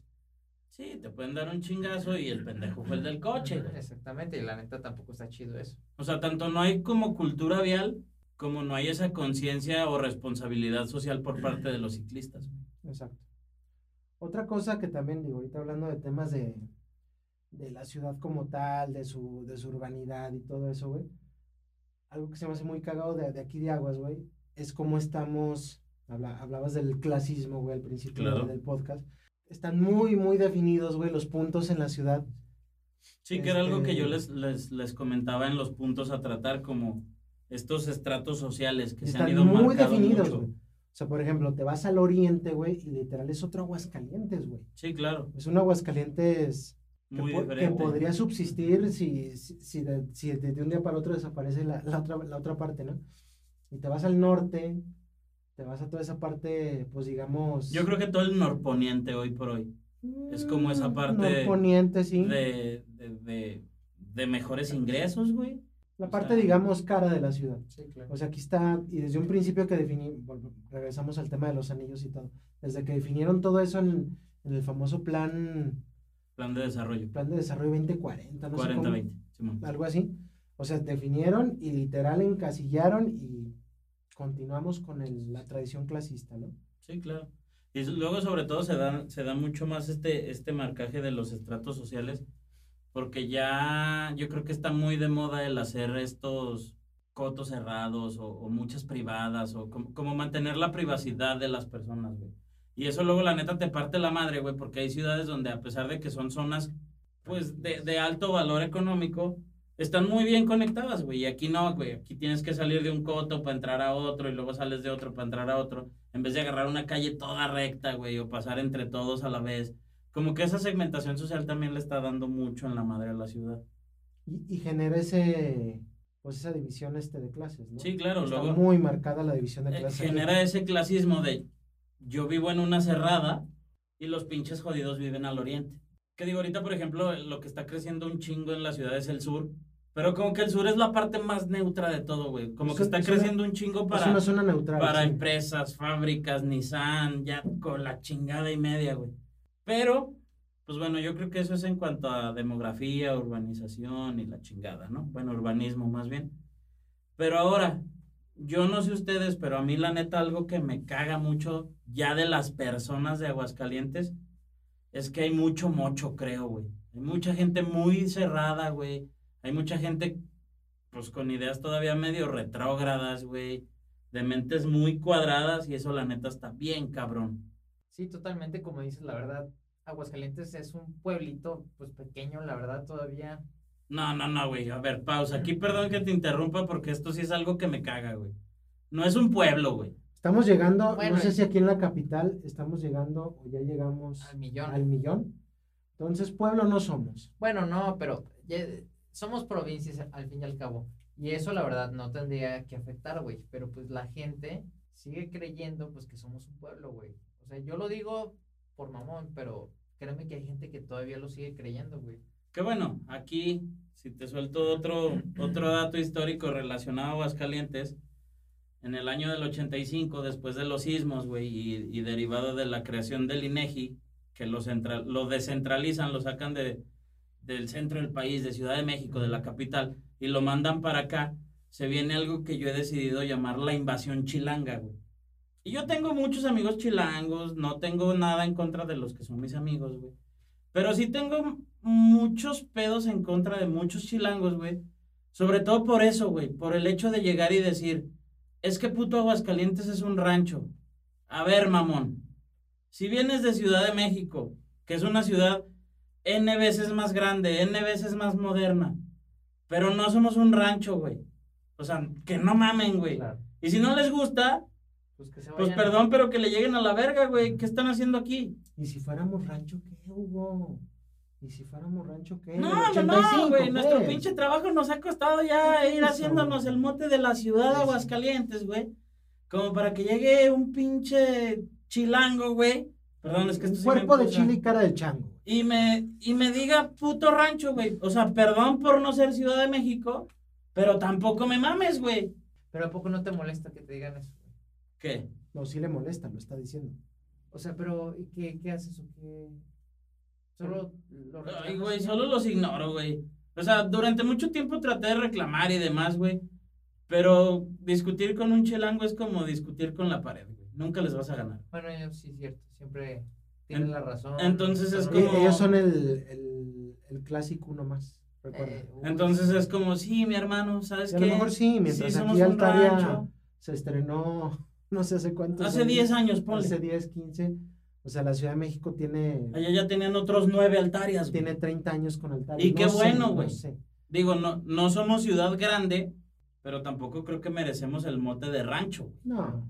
Speaker 1: Sí, te pueden dar un chingazo y el pendejo fue el del coche,
Speaker 2: Ajá,
Speaker 1: güey.
Speaker 2: Exactamente, y la neta tampoco está chido eso.
Speaker 1: O sea, tanto no hay como cultura vial como no hay esa conciencia o responsabilidad social por parte de los ciclistas.
Speaker 3: Exacto. Otra cosa que también digo, ahorita hablando de temas de, de la ciudad como tal, de su, de su urbanidad y todo eso, güey. Algo que se me hace muy cagado de, de aquí de Aguas, güey, es cómo estamos, habla- hablabas del clasismo, güey, al principio
Speaker 1: Claro.
Speaker 3: del- del podcast. Están muy, muy definidos, güey, los puntos en la ciudad.
Speaker 1: Sí, que era algo que
Speaker 3: Este-
Speaker 1: yo les, les, les comentaba en los puntos a tratar, como estos estratos sociales que se han
Speaker 3: Están
Speaker 1: ido
Speaker 3: muy
Speaker 1: marcando
Speaker 3: definidos,
Speaker 1: mucho.
Speaker 3: güey. O sea, por ejemplo, te vas al oriente, güey, y literal es otro Aguascalientes, güey.
Speaker 1: Sí, claro,
Speaker 3: Es un Aguascalientes que,
Speaker 1: muy
Speaker 3: po- que
Speaker 1: diferente.
Speaker 3: podría subsistir si, si, si de, si de- de un día para otro desaparece la, la otra, la otra parte, ¿no? Y te vas al norte, te vas a toda esa parte, pues digamos...
Speaker 1: Yo creo que todo el norponiente hoy por hoy, es como esa
Speaker 3: mm,
Speaker 1: parte
Speaker 3: poniente, sí.
Speaker 1: de, de, de- de mejores ingresos, güey.
Speaker 3: la
Speaker 1: o
Speaker 3: parte,
Speaker 1: sea-
Speaker 3: digamos, cara de la ciudad.
Speaker 2: Sí, claro.
Speaker 3: O sea, aquí está, y desde un principio que definí, vol- regresamos al tema de los anillos y todo, desde que definieron todo eso en, en el famoso plan,
Speaker 1: Plan de desarrollo,
Speaker 3: plan de desarrollo 2040, no sé cómo-
Speaker 1: 40-20, Simón.
Speaker 3: algo así. O sea, definieron y literal encasillaron y continuamos con el- la tradición clasista, ¿no?
Speaker 1: Sí, claro. Y s- luego sobre todo se da, se da mucho más este, este marcaje de los estratos sociales, porque ya yo creo que está muy de moda el hacer estos cotos cerrados o, o muchas privadas, o como, como mantener la privacidad de las personas, güey. Y eso luego la neta te parte la madre, güey, porque hay ciudades donde a pesar de que son zonas pues de, de alto valor económico, están muy bien conectadas, güey. Y aquí no, güey. Aquí tienes que salir de un coto para entrar a otro y luego sales de otro para entrar a otro. En vez de agarrar una calle toda recta, güey, o pasar entre todos a la vez. Como que esa segmentación social también le está dando mucho en la madre a la ciudad.
Speaker 3: Y, y genera ese, pues esa división este de clases, ¿no?
Speaker 1: Sí, claro.
Speaker 3: Está
Speaker 1: luego
Speaker 3: muy marcada la división de
Speaker 1: eh,
Speaker 3: clases. aquí.
Speaker 1: genera ese clasismo de yo vivo en una cerrada y los pinches jodidos viven al oriente. Que digo, ahorita, por ejemplo, lo que está creciendo un chingo en la ciudad es el sur. Pero como que el sur es la parte más neutra de todo, güey. Como Pues
Speaker 3: Es
Speaker 1: que
Speaker 3: un-
Speaker 1: está
Speaker 3: es una-
Speaker 1: creciendo un chingo para...
Speaker 3: es una zona neutral.
Speaker 1: para
Speaker 3: sí.
Speaker 1: empresas, fábricas, Nissan, ya con la chingada y media, güey. Pero, pues bueno, yo creo que eso es en cuanto a demografía, urbanización y la chingada, ¿no? Bueno, urbanismo más bien. Pero ahora, yo no sé ustedes, pero a mí la neta algo que me caga mucho ya de las personas de Aguascalientes es que hay mucho mocho, creo, güey. Hay mucha gente muy cerrada, güey. Hay mucha gente, pues con ideas todavía medio retrógradas, güey de mentes muy cuadradas y eso la neta está bien cabrón.
Speaker 2: Sí, totalmente, como dices, la verdad, Aguascalientes es un pueblito, pues pequeño, la verdad, todavía.
Speaker 1: No, no, no, güey. A ver, pausa. Aquí perdón que te interrumpa porque esto sí es algo que me caga, güey. No es un pueblo, güey.
Speaker 3: Estamos llegando,
Speaker 2: Bueno,
Speaker 3: no sé
Speaker 2: y-
Speaker 3: si aquí en la capital estamos llegando o ya llegamos
Speaker 2: Al millón.
Speaker 3: al millón. Entonces, pueblo no somos.
Speaker 2: Bueno, no, pero ya- somos provincias al fin y al cabo. Y eso la verdad no tendría que afectar, güey. Pero pues la gente sigue creyendo pues que somos un pueblo, güey. O sea, yo lo digo por mamón, pero créeme que hay gente que todavía lo sigue creyendo, güey.
Speaker 1: Que bueno, aquí, si te suelto otro, otro dato histórico relacionado a Aguascalientes, en el año del 85, después de los sismos, güey, y, y derivado de la creación del INEGI, que lo, central, lo descentralizan, lo sacan de, del centro del país, de Ciudad de México, de la capital, y lo mandan para acá, se viene algo que yo he decidido llamar la invasión chilanga, güey. Y yo tengo muchos amigos chilangos, no tengo nada en contra de los que son mis amigos, güey. Pero sí tengo muchos pedos en contra de muchos chilangos, güey. Sobre todo por eso, güey. Por el hecho de llegar y decir, es que puto Aguascalientes es un rancho. A ver, mamón. Si vienes de Ciudad de México, que es una ciudad N veces más grande, N veces más moderna. Pero no somos un rancho, güey. O sea, que no mamen, güey.
Speaker 2: Claro.
Speaker 1: Y si no les gusta,
Speaker 2: Pues que se
Speaker 1: pues
Speaker 2: vayan.
Speaker 1: perdón, pero que le lleguen a la verga, güey. ¿Qué están haciendo aquí?
Speaker 3: ¿Y si fuéramos rancho qué, Hugo? ¿Y si fuéramos rancho qué?
Speaker 1: No,
Speaker 3: Del
Speaker 1: no,
Speaker 3: 85,
Speaker 1: no, güey.
Speaker 3: pues.
Speaker 1: Nuestro pinche trabajo nos ha costado ya ir
Speaker 3: Eso.
Speaker 1: haciéndonos el mote de la ciudad de
Speaker 3: pues, Sí.
Speaker 1: Aguascalientes, güey. Como para que llegue un pinche chilango, güey. Perdón, es que esto sí me
Speaker 3: Cuerpo de
Speaker 1: emputa.
Speaker 3: chile y cara de chango.
Speaker 1: Y me, y me diga puto rancho, güey. O sea, perdón por no ser Ciudad de México, pero tampoco me mames, güey.
Speaker 2: Pero ¿a poco no te molesta que te digan eso? güey?
Speaker 1: ¿Qué?
Speaker 3: No, sí le molesta, lo está diciendo.
Speaker 2: O sea, pero ¿y qué, qué haces o qué? Solo lo
Speaker 1: Ay,
Speaker 2: reclamas,
Speaker 1: güey,
Speaker 2: ¿no?
Speaker 1: solo los ignoro, güey. O sea, durante mucho tiempo traté de reclamar y demás, güey. Pero discutir con un chilango es como discutir con la pared, güey. Nunca les vas a ganar.
Speaker 2: Bueno, yo- sí, es cierto. Siempre tienen
Speaker 1: En-
Speaker 2: la razón.
Speaker 1: entonces es
Speaker 2: son
Speaker 1: como-
Speaker 2: los-
Speaker 3: E- Ellos son el, el, el clásico uno más, recuerda.
Speaker 2: Eh, uy,
Speaker 1: Entonces es como, sí, mi hermano, ¿sabes
Speaker 3: Y a
Speaker 1: qué?
Speaker 3: lo mejor sí, mientras
Speaker 1: sí,
Speaker 3: aquí
Speaker 1: somos un
Speaker 3: Altaria
Speaker 1: rancho.
Speaker 3: se estrenó, no sé hace cuántos
Speaker 1: Hace 10 años,
Speaker 3: pues, Hace
Speaker 1: ponle.
Speaker 3: 10, 15. O sea, la Ciudad de México tiene,
Speaker 1: Allá ya tenían otros nueve altarias, güey.
Speaker 3: tiene 30 años con Altaria.
Speaker 1: Y qué
Speaker 3: sé,
Speaker 1: bueno,
Speaker 3: no
Speaker 1: güey.
Speaker 3: sé.
Speaker 1: Digo, no, no somos ciudad grande, pero tampoco creo que merecemos el mote de rancho.
Speaker 3: No,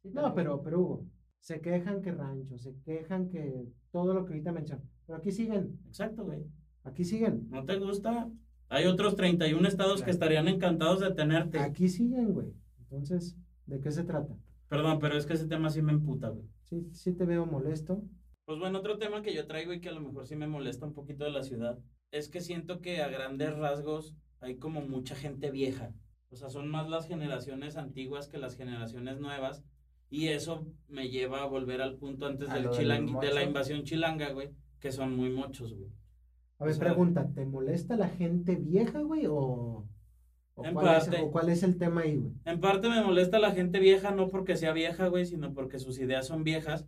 Speaker 2: sí,
Speaker 3: no,
Speaker 2: también.
Speaker 3: pero, pero Hugo, se quejan que rancho, se quejan que todo lo que ahorita mencionan. Pero aquí siguen,
Speaker 1: Exacto, güey.
Speaker 3: aquí siguen,
Speaker 1: ¿No te gusta? Hay otros 31 estados que
Speaker 3: Claro.
Speaker 1: estarían encantados de tenerte.
Speaker 3: aquí siguen, güey. Entonces, ¿de qué se trata?
Speaker 1: Perdón, pero es que ese tema sí me emputa, güey.
Speaker 3: Sí, sí te veo molesto.
Speaker 1: Pues bueno, otro tema que yo traigo y que a lo mejor sí me molesta un poquito de la ciudad es que siento que a grandes rasgos hay como mucha gente vieja. O sea, son más las generaciones antiguas que las generaciones nuevas. Y eso me lleva a volver al punto antes
Speaker 2: A
Speaker 1: del
Speaker 2: lo de
Speaker 1: chilang-
Speaker 2: los
Speaker 1: de la
Speaker 2: mochos.
Speaker 1: invasión chilanga, güey, que son muy mochos, güey.
Speaker 3: A ver,
Speaker 1: O sea,
Speaker 3: pregunta, ¿te molesta la gente vieja, güey? ¿O, o
Speaker 1: En
Speaker 3: cuál es,
Speaker 1: parte.
Speaker 3: o cuál es el tema ahí, güey?
Speaker 1: En parte me molesta la gente vieja, no porque sea vieja, güey, sino porque sus ideas son viejas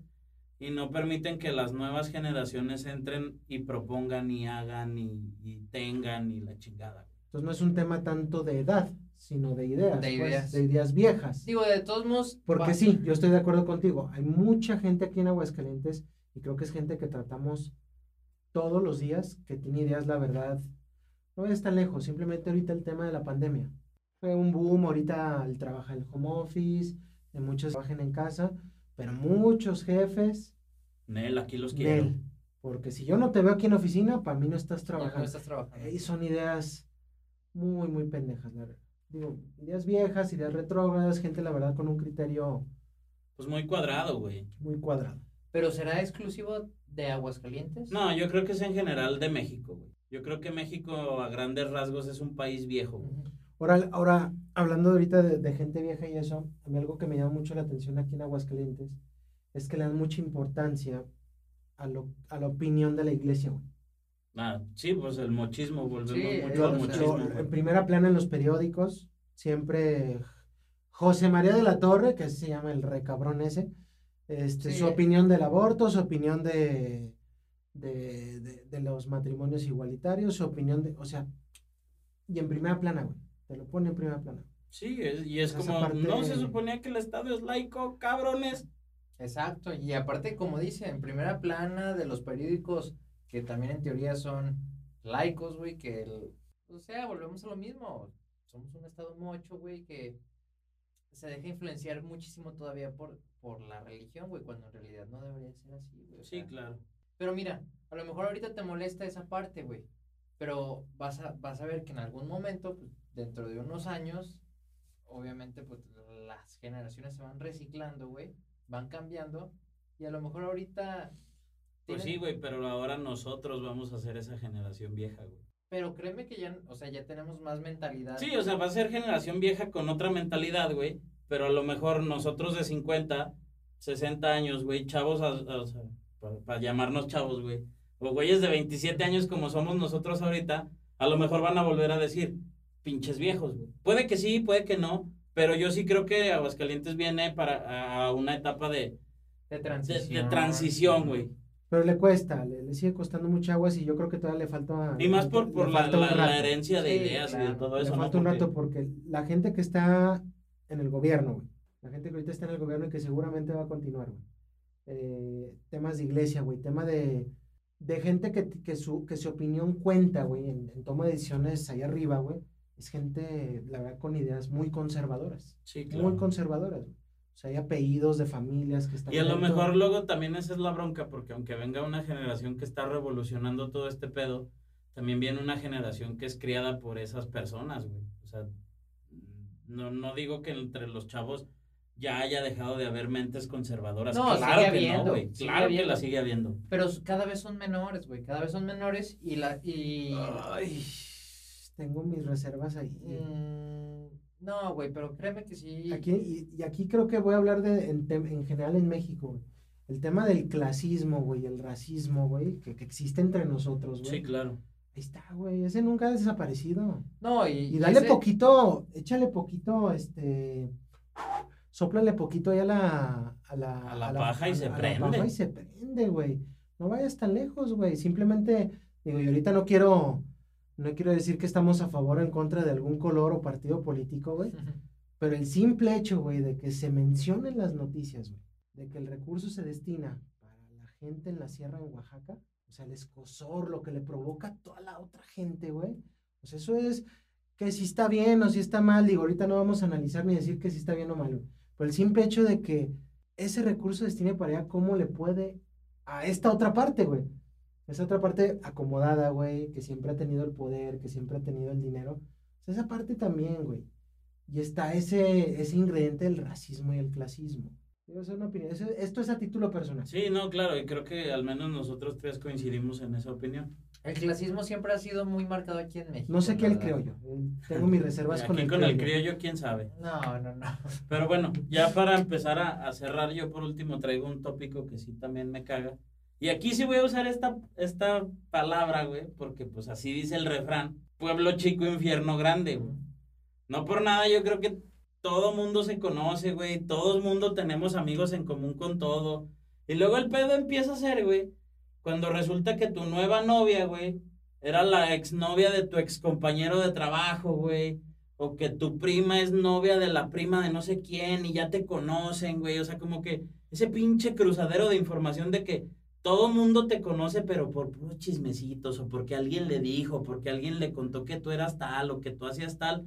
Speaker 1: y no permiten que las nuevas generaciones entren y propongan y hagan y, y tengan y la chingada.
Speaker 3: Entonces no es un tema tanto de edad, sino de ideas.
Speaker 2: De
Speaker 3: pues,
Speaker 2: ideas.
Speaker 3: de ideas viejas.
Speaker 2: Digo, de todos modos.
Speaker 3: Porque
Speaker 2: va-
Speaker 3: sí, yo estoy de acuerdo contigo. Hay mucha gente aquí en Aguascalientes y creo que es gente que tratamos todos los días, que tiene ideas, la verdad. No es tan lejos, simplemente ahorita el tema de la pandemia. Fue un boom, ahorita el trabaja el home office, de muchos trabajan en casa, pero muchos jefes
Speaker 1: Nel, aquí los quiero.
Speaker 3: Nel, porque si yo no te veo aquí en la oficina, para mí no estás
Speaker 2: ya no
Speaker 3: trabajando.
Speaker 2: estás trabajando.
Speaker 3: Eh, Y son ideas muy, muy pendejas, la verdad. Digo, ideas viejas, ideas retrógradas, gente, la verdad, con un criterio
Speaker 1: Pues muy cuadrado, güey.
Speaker 3: muy cuadrado.
Speaker 2: Pero será exclusivo de Aguascalientes?
Speaker 1: No, yo creo que es en general de México, güey. Yo creo que México a grandes rasgos es un país viejo. güey.
Speaker 2: Ujú.
Speaker 3: Ahora, ahora hablando ahorita de, de gente vieja y eso, a mí algo que me llama mucho la atención aquí en Aguascalientes es que le dan mucha importancia a, lo, a la opinión de la iglesia, güey.
Speaker 1: Ah, sí, pues el mochismo, volvemos
Speaker 2: Sí,
Speaker 1: mucho
Speaker 3: Yo-
Speaker 1: al
Speaker 2: o sea,
Speaker 1: mochismo.
Speaker 3: yo, eh,
Speaker 1: güey.
Speaker 3: en primera plana en los periódicos, siempre José María de la Torre, que así se llama el recabrón ese, este,
Speaker 2: Sí.
Speaker 3: su opinión del aborto, su opinión de, de, de- de los matrimonios igualitarios, su opinión de, o sea, y en primera plana, güey, te lo pone en primera plana.
Speaker 1: Sí, es- y es
Speaker 3: Esa
Speaker 1: como,
Speaker 3: parte-
Speaker 1: no se suponía que el Estado es laico, cabrones.
Speaker 2: Exacto, y aparte, como dice, en primera plana de los periódicos que también en teoría son laicos, güey, que el- o sea, volvemos a lo mismo. Somos un estado mocho, güey, que se deja influenciar muchísimo todavía por, por la religión, güey, cuando en realidad no debería ser así, güey. o
Speaker 1: Sí,
Speaker 2: sea,
Speaker 1: claro.
Speaker 2: pero mira, a lo mejor ahorita te molesta esa parte, güey. Pero vas a, vas a ver que en algún momento, pues, dentro de unos años, obviamente, pues las generaciones se van reciclando, güey. Van cambiando. Y a lo mejor ahorita.
Speaker 1: Pues
Speaker 2: tienen-
Speaker 1: sí, güey, pero ahora nosotros vamos a ser esa generación vieja, güey.
Speaker 2: Pero créeme que ya, o sea, ya tenemos más mentalidad.
Speaker 1: Sí, o sea, va a ser generación vieja con otra mentalidad, güey. Pero a lo mejor nosotros de 50, 60 años, güey, chavos, a- a- o sea, para, para llamarnos chavos, güey. O güeyes de 27 años como somos nosotros ahorita, a lo mejor van a volver a decir, pinches viejos, güey. Puede que sí, puede que no, pero yo sí creo que Aguascalientes viene para a una etapa de,
Speaker 2: de
Speaker 1: de- de
Speaker 2: transición.
Speaker 1: transición, güey.
Speaker 3: Pero le cuesta, le, le sigue costando mucha agua y yo creo que todavía le falta.
Speaker 1: Y más por,
Speaker 3: le
Speaker 1: por la,
Speaker 3: falta un
Speaker 1: la- la
Speaker 3: rato.
Speaker 1: herencia de
Speaker 2: Sí,
Speaker 1: ideas y de
Speaker 2: claro.
Speaker 1: todo
Speaker 3: Le
Speaker 1: eso. ¿no?
Speaker 3: falta un
Speaker 1: Porque-
Speaker 3: rato porque la gente que está en el gobierno, güey, la gente que ahorita está en el gobierno y que seguramente va a continuar, güey. eh, temas de iglesia, güey, tema de, de gente que, que, su, que su opinión cuenta, güey, en, en toma de decisiones allá arriba, güey. Es gente, la verdad, con ideas muy conservadoras,
Speaker 1: Sí, claro.
Speaker 3: muy conservadoras, güey. O sea, hay apellidos de familias que están...
Speaker 1: Y a lo
Speaker 3: dentro.
Speaker 1: mejor luego también esa es la bronca, porque aunque venga una generación que está revolucionando todo este pedo, también viene una generación que es criada por esas personas, güey. O sea, no, no digo que entre los chavos ya haya dejado de haber mentes conservadoras.
Speaker 2: No,
Speaker 1: claro
Speaker 2: sigue
Speaker 1: que
Speaker 2: habiendo,
Speaker 1: no, güey.
Speaker 2: sigue
Speaker 1: Claro que
Speaker 2: habiendo.
Speaker 1: la sigue habiendo.
Speaker 2: Pero cada vez son menores, güey. Cada vez son menores y la. Y,
Speaker 1: Ah.
Speaker 3: Ay, tengo mis reservas ahí.
Speaker 2: Mm, no, güey, pero créeme que sí.
Speaker 3: Aquí, y, y aquí creo que voy a hablar de, en, tem- en general en México, güey. El tema del clasismo, güey, el racismo, güey, que, que existe entre nosotros, güey.
Speaker 1: Sí, claro.
Speaker 3: Ahí está, güey, ese nunca ha desaparecido.
Speaker 2: No, y.
Speaker 3: Y dale
Speaker 2: ese-
Speaker 3: poquito, échale poquito, este, sóplale poquito ahí a la... A la,
Speaker 1: A la paja y se
Speaker 3: a la
Speaker 1: prende.
Speaker 3: paja y se prende, güey. No vayas tan lejos, güey. Simplemente, digo, y ahorita no quiero, no quiero decir que estamos a favor o en contra de algún color o partido político, güey. Pero el simple hecho, güey, de que se mencionen las noticias, güey, de que el recurso se destina para la gente en la sierra en Oaxaca, o sea, el escosor, lo que le provoca a toda la otra gente, güey. Pues eso es que si está bien o si está mal, digo, ahorita no vamos a analizar ni decir que si está bien o mal, güey. Pero el simple hecho de que ese recurso se destine para allá, ¿cómo le puede a esta otra parte, güey? Esa otra parte acomodada, güey, que siempre ha tenido el poder, que siempre ha tenido el dinero. O sea, esa parte también, güey. Y está ese, ese ingrediente del racismo y el clasismo. Digo, esa es una opinión. Eso- esto es a título personal.
Speaker 1: Sí, no, claro. Y creo que al menos nosotros tres coincidimos en esa opinión.
Speaker 2: El clasismo siempre ha sido muy marcado aquí en México.
Speaker 3: No sé qué
Speaker 2: la
Speaker 3: el
Speaker 2: verdad.
Speaker 3: criollo. Tengo mis reservas
Speaker 1: Y
Speaker 3: con
Speaker 1: Eh, aquí
Speaker 3: el
Speaker 1: con el
Speaker 3: criollo.
Speaker 1: criollo, quién sabe.
Speaker 2: No, no, no.
Speaker 1: Pero bueno, ya para empezar a, a cerrar, yo por último traigo un tópico que sí también me caga. Y aquí sí voy a usar esta, esta palabra, güey, porque pues así dice el refrán, pueblo chico, infierno grande, güey. No por nada, yo creo que todo mundo se conoce, güey, todo mundo tenemos amigos en común con todo. Y luego el pedo empieza a ser, güey, cuando resulta que tu nueva novia, güey, era la exnovia de tu excompañero de trabajo, güey. O que tu prima es novia de la prima de no sé quién y ya te conocen, güey. O sea, como que ese pinche cruzadero de información de que todo mundo te conoce, pero por puros chismecitos, o porque alguien le dijo, porque alguien le contó que tú eras tal o que tú hacías tal.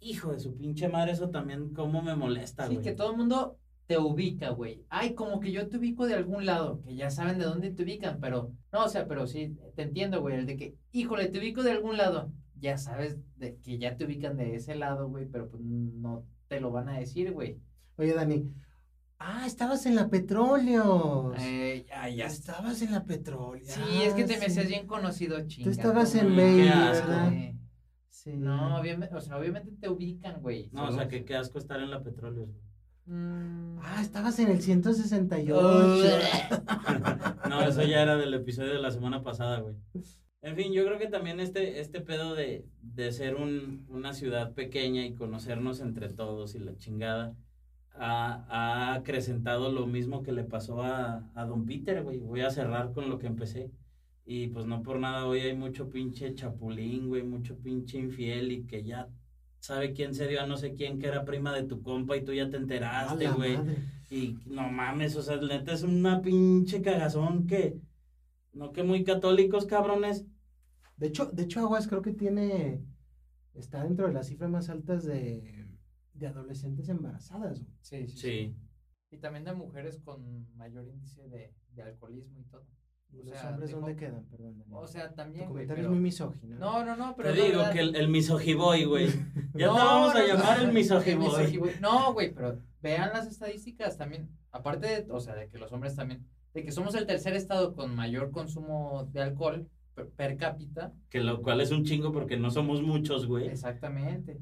Speaker 1: Hijo de su pinche madre, eso también cómo me molesta,
Speaker 2: sí,
Speaker 1: güey.
Speaker 2: que todo el mundo te ubica, güey. Ay, como que yo te ubico de algún lado, que ya saben de dónde te ubican, pero no, o sea, pero sí, te entiendo, güey, el de que, híjole, te ubico de algún lado, ya sabes de que ya te ubican de ese lado, güey, pero pues no te lo van a decir, güey.
Speaker 3: Oye, Dani. Ah, estabas en la petróleo.
Speaker 2: Eh, ya, ya. Sí,
Speaker 3: estabas en la petróleo.
Speaker 2: es que te me hacías bien conocido, chinga.
Speaker 3: estabas
Speaker 2: no
Speaker 1: en
Speaker 2: mames,
Speaker 1: Mail,
Speaker 2: qué asco,
Speaker 1: ¿verdad?
Speaker 2: güey.
Speaker 3: Sí.
Speaker 2: No, obviamente, o sea, obviamente te ubican, güey.
Speaker 1: No, o
Speaker 2: Solo-
Speaker 1: sea, que qué asco estar en la petróleo. güey.
Speaker 2: Mm.
Speaker 3: Ah, estabas en el 168.
Speaker 1: No, eso ya era del episodio de la semana pasada, güey. En fin, yo creo que también este, este pedo de, de ser un- una ciudad pequeña y conocernos entre todos y la chingada ha, ha acrecentado lo mismo que le pasó a, a Don Peter, güey. Voy a cerrar con lo que empecé. Y pues no por nada, hoy hay mucho pinche chapulín, güey, mucho pinche infiel y que ya sabe quién se dio a no sé quién que era prima de tu compa y tú ya te
Speaker 3: A
Speaker 1: enteraste,
Speaker 3: la
Speaker 1: güey.
Speaker 3: madre.
Speaker 1: Y no mames, o sea, neta es una pinche cagazón que. No que muy católicos, cabrones.
Speaker 3: De hecho, de hecho, Aguas creo que tiene. Está dentro de las cifras más altas de, de adolescentes embarazadas, güey.
Speaker 2: Sí, sí, sí.
Speaker 1: Sí.
Speaker 2: Y también de mujeres con mayor índice de, de alcoholismo y todo.
Speaker 3: ¿Y
Speaker 2: O
Speaker 3: los
Speaker 2: sea,
Speaker 3: hombres
Speaker 2: tipo-
Speaker 3: dónde quedan? Perdón. Daniel.
Speaker 2: O sea,
Speaker 3: tu
Speaker 2: también, güey,
Speaker 3: comentario
Speaker 2: pero-
Speaker 3: es muy misógino.
Speaker 2: No, no, no, pero
Speaker 1: Mm. Te
Speaker 2: es la
Speaker 1: digo
Speaker 2: verdad.
Speaker 1: que el, el misogiboy, güey. Ya
Speaker 2: No,
Speaker 1: te vamos
Speaker 2: no,
Speaker 1: a
Speaker 2: no,
Speaker 1: llamar el
Speaker 2: el
Speaker 1: misogiboy.
Speaker 2: misogiboy. No, güey, pero vean las estadísticas también. Aparte de, o sea, de que los hombres también, de que somos el tercer estado con mayor consumo de alcohol per, per cápita.
Speaker 1: Que lo cual es un chingo porque no somos muchos, güey.
Speaker 2: Exactamente.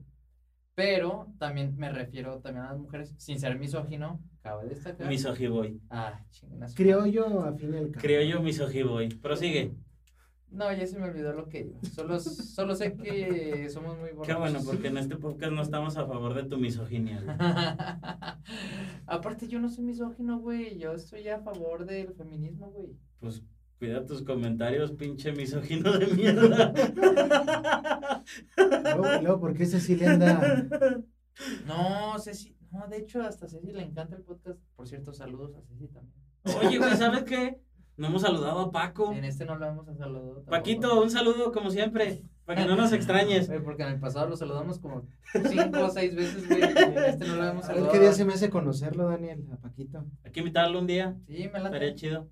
Speaker 2: Pero también me refiero también a las mujeres, sin ser misógino, cabe destacar.
Speaker 1: Misogiboy.
Speaker 2: ah, chingas.
Speaker 3: Criollo a fin y al cabo.
Speaker 1: Criollo misogiboy. Prosigue.
Speaker 2: No, ya se me olvidó lo que iba. Solo, solo sé que somos muy borrachos.
Speaker 1: Qué bueno, porque en este podcast no estamos a favor de tu misoginia. güey.
Speaker 2: Aparte, yo no soy misógino, güey. Yo estoy a favor del feminismo, güey.
Speaker 1: Pues cuida tus comentarios, pinche misógino de mierda.
Speaker 3: Luego, luego, porque ese sí le anda.
Speaker 2: No, Ceci. No, de hecho, hasta a Ceci le encanta el podcast. Por cierto, saludos a Ceci también.
Speaker 1: Oye, güey, ¿sabes qué? No hemos saludado a Paco.
Speaker 2: En este no lo hemos saludado. tampoco.
Speaker 1: Paquito, un saludo como siempre, para que no nos extrañes.
Speaker 2: Güey, porque en el pasado lo saludamos como cinco o seis veces, güey. y En este no lo hemos
Speaker 3: A ver
Speaker 2: saludado.
Speaker 3: qué día se me hace conocerlo, Daniel, a Paquito.
Speaker 1: Hay que invitarlo un día,
Speaker 2: Sí, me
Speaker 1: estaría
Speaker 2: late.
Speaker 1: chido.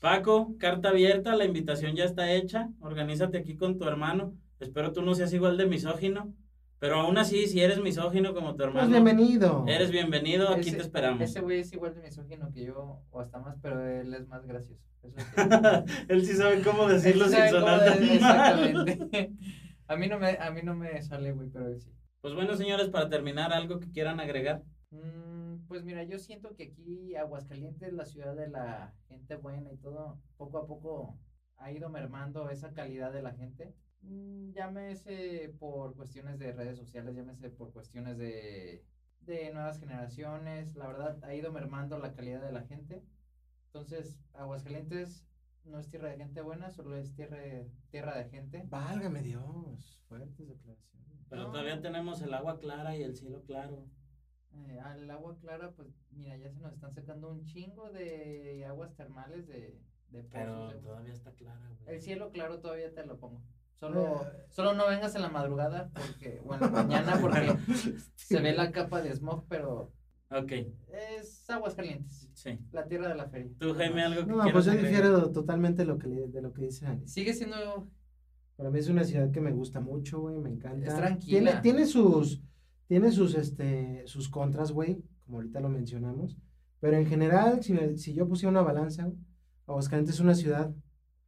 Speaker 1: Paco, carta abierta, la invitación ya está hecha. Organízate aquí con tu hermano. Espero tú no seas igual de misógino, pero aún así, si eres misógino como tu
Speaker 3: Pues
Speaker 1: hermano,
Speaker 3: bienvenido.
Speaker 1: eres bienvenido, aquí
Speaker 2: Ese-
Speaker 1: te esperamos.
Speaker 2: Ese güey es igual de misógino que yo, o hasta más, pero él es más gracioso. Eso es-
Speaker 1: Él sí sabe cómo
Speaker 2: Él
Speaker 1: decirlo
Speaker 2: sí
Speaker 1: sin
Speaker 2: sabe
Speaker 1: sonar
Speaker 2: cómo
Speaker 1: tan
Speaker 2: de-
Speaker 1: mal.
Speaker 2: Exactamente. A mí no me, a mí no me sale, güey, pero él sí.
Speaker 1: Pues bueno, señores, para terminar, algo que quieran agregar.
Speaker 2: Mm, pues mira, yo siento que aquí Aguascalientes, la ciudad de la gente buena y todo, poco a poco ha ido mermando esa calidad de la gente. Mm, llámese por cuestiones de redes sociales, llámese por cuestiones de, de nuevas generaciones, la verdad ha ido mermando la calidad de la gente. Entonces, Aguascalientes no es tierra de gente buena, solo es tierra de, tierra de gente.
Speaker 3: Válgame Dios. Fuertes declaraciones.
Speaker 1: Pero
Speaker 2: No.
Speaker 1: todavía tenemos el agua clara y el cielo claro.
Speaker 2: Eh, al agua clara, pues mira, ya se nos están sacando un chingo de aguas termales de, de pozos,
Speaker 1: Pero
Speaker 2: de-
Speaker 1: todavía está clara, güey.
Speaker 2: El cielo claro todavía te lo pongo. Solo, solo no vengas en la madrugada porque, o en la mañana porque se ve la capa de smog, pero
Speaker 1: Ok,
Speaker 2: es aguas calientes,
Speaker 1: sí.
Speaker 2: la tierra de la feria.
Speaker 1: Tú, Jaime, algo que
Speaker 3: No,
Speaker 1: quieras
Speaker 3: pues yo
Speaker 1: agregar?
Speaker 3: difiero totalmente lo que le- de lo que dice Daniel.
Speaker 2: Sigue siendo
Speaker 3: Para mí es una ciudad que me gusta mucho, güey, me encanta.
Speaker 2: Es tranquila.
Speaker 3: Tiene, tiene sus, tiene sus, este, sus contras, güey, como ahorita lo mencionamos. Pero en general, si, me- si yo pusiera una balanza, güey, Aguascalientes es una ciudad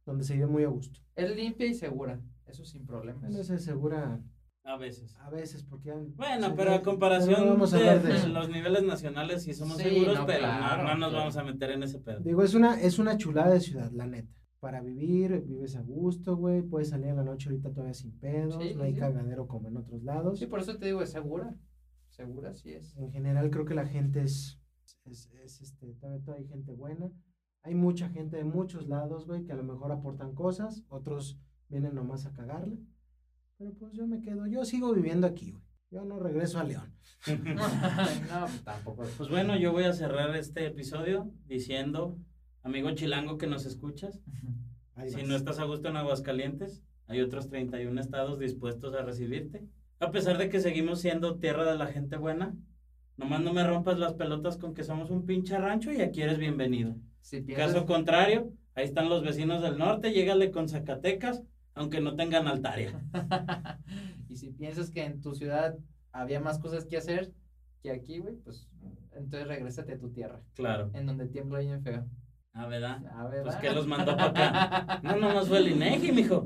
Speaker 3: donde se vive muy a gusto.
Speaker 2: es limpia y segura, eso sin problemas.
Speaker 3: No se asegura
Speaker 1: A veces.
Speaker 3: a veces, porque... ya- o
Speaker 1: Bueno,
Speaker 3: sea,
Speaker 1: pero
Speaker 3: Ah, ya-
Speaker 1: a comparación
Speaker 3: ya no vamos a
Speaker 1: de,
Speaker 3: hablar de eso.
Speaker 1: los niveles nacionales sí somos
Speaker 2: Sí,
Speaker 1: seguros,
Speaker 2: no,
Speaker 1: pero
Speaker 2: claro,
Speaker 1: no, no nos
Speaker 2: claro.
Speaker 1: vamos a meter en ese pedo.
Speaker 3: Digo, es una, es una chulada de ciudad, la neta. Para vivir, vives a gusto, güey, puedes salir en la noche ahorita todavía sin pedos,
Speaker 2: Sí,
Speaker 3: no hay
Speaker 2: sí.
Speaker 3: cagadero como en otros lados.
Speaker 2: Sí, por eso te digo, es segura. Segura sí es.
Speaker 3: En general creo que la gente es, es, es, este, todavía, todavía hay gente buena. Hay mucha gente de muchos lados, güey, que a lo mejor aportan cosas, otros vienen nomás a cagarle. Pero pues yo me quedo, yo sigo viviendo aquí, güey. Yo no regreso a León.
Speaker 2: no, tampoco.
Speaker 1: Pues bueno, yo voy a cerrar este episodio diciendo, amigo chilango que nos escuchas, Si
Speaker 3: Adiós.
Speaker 1: no estás a gusto en Aguascalientes, hay otros 31 estados dispuestos a recibirte. A pesar de que seguimos siendo tierra de la gente buena, nomás no me rompas las pelotas con que somos un pinche rancho y aquí eres bienvenido.
Speaker 2: Si piensas,
Speaker 1: Caso contrario, ahí están los vecinos del norte, llégale con Zacatecas, aunque no tengan altaria.
Speaker 2: y si piensas que en tu ciudad había más cosas que hacer que aquí, güey, pues entonces regrésate a tu tierra,
Speaker 1: Claro.
Speaker 2: en donde tiembla bien feo.
Speaker 1: Ah, ¿verdad?
Speaker 2: A ver,
Speaker 1: Pues
Speaker 2: ¿va?
Speaker 1: que los mandó pa' acá. No, nomás fue el INEGI, mijo.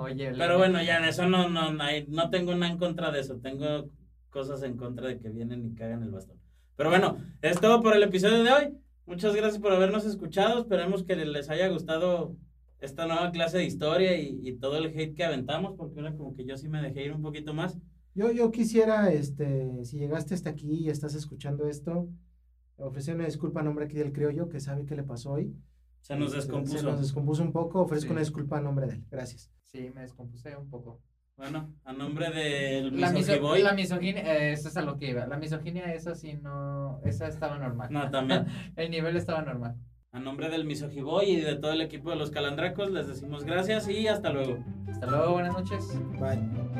Speaker 2: Oye, el-
Speaker 1: Pero bueno, ya, eso no, no, no, hay- no tengo nada en contra de eso. Tengo cosas en contra de que vienen y cagan el bastón. Pero bueno, es todo por el episodio de hoy. Muchas gracias por habernos escuchado. Esperemos que les haya gustado esta nueva clase de historia y, y todo el hate que aventamos, porque ahora como que yo sí me dejé ir un poquito más.
Speaker 3: Yo, yo quisiera, este, si llegaste hasta aquí y estás escuchando esto, ofrecer una disculpa a nombre aquí del criollo que sabe qué le pasó hoy. Este,
Speaker 1: Se nos
Speaker 3: Se
Speaker 1: descompuso.
Speaker 3: nos descompuso un poco, ofrezco
Speaker 2: Sí.
Speaker 3: una disculpa a nombre de él. Gracias.
Speaker 2: Sí, me descompuse un poco.
Speaker 1: Bueno, a nombre del
Speaker 2: La, miso-
Speaker 1: misogiboy.
Speaker 2: la misoginia, eh, eso es a lo que iba. La misoginia, eso sí, no, esa estaba normal.
Speaker 1: No, también.
Speaker 2: El nivel estaba normal.
Speaker 1: A nombre del misogiboy y de todo el equipo de los calandracos, les decimos gracias y hasta luego.
Speaker 2: Hasta luego, buenas noches.
Speaker 3: Bye.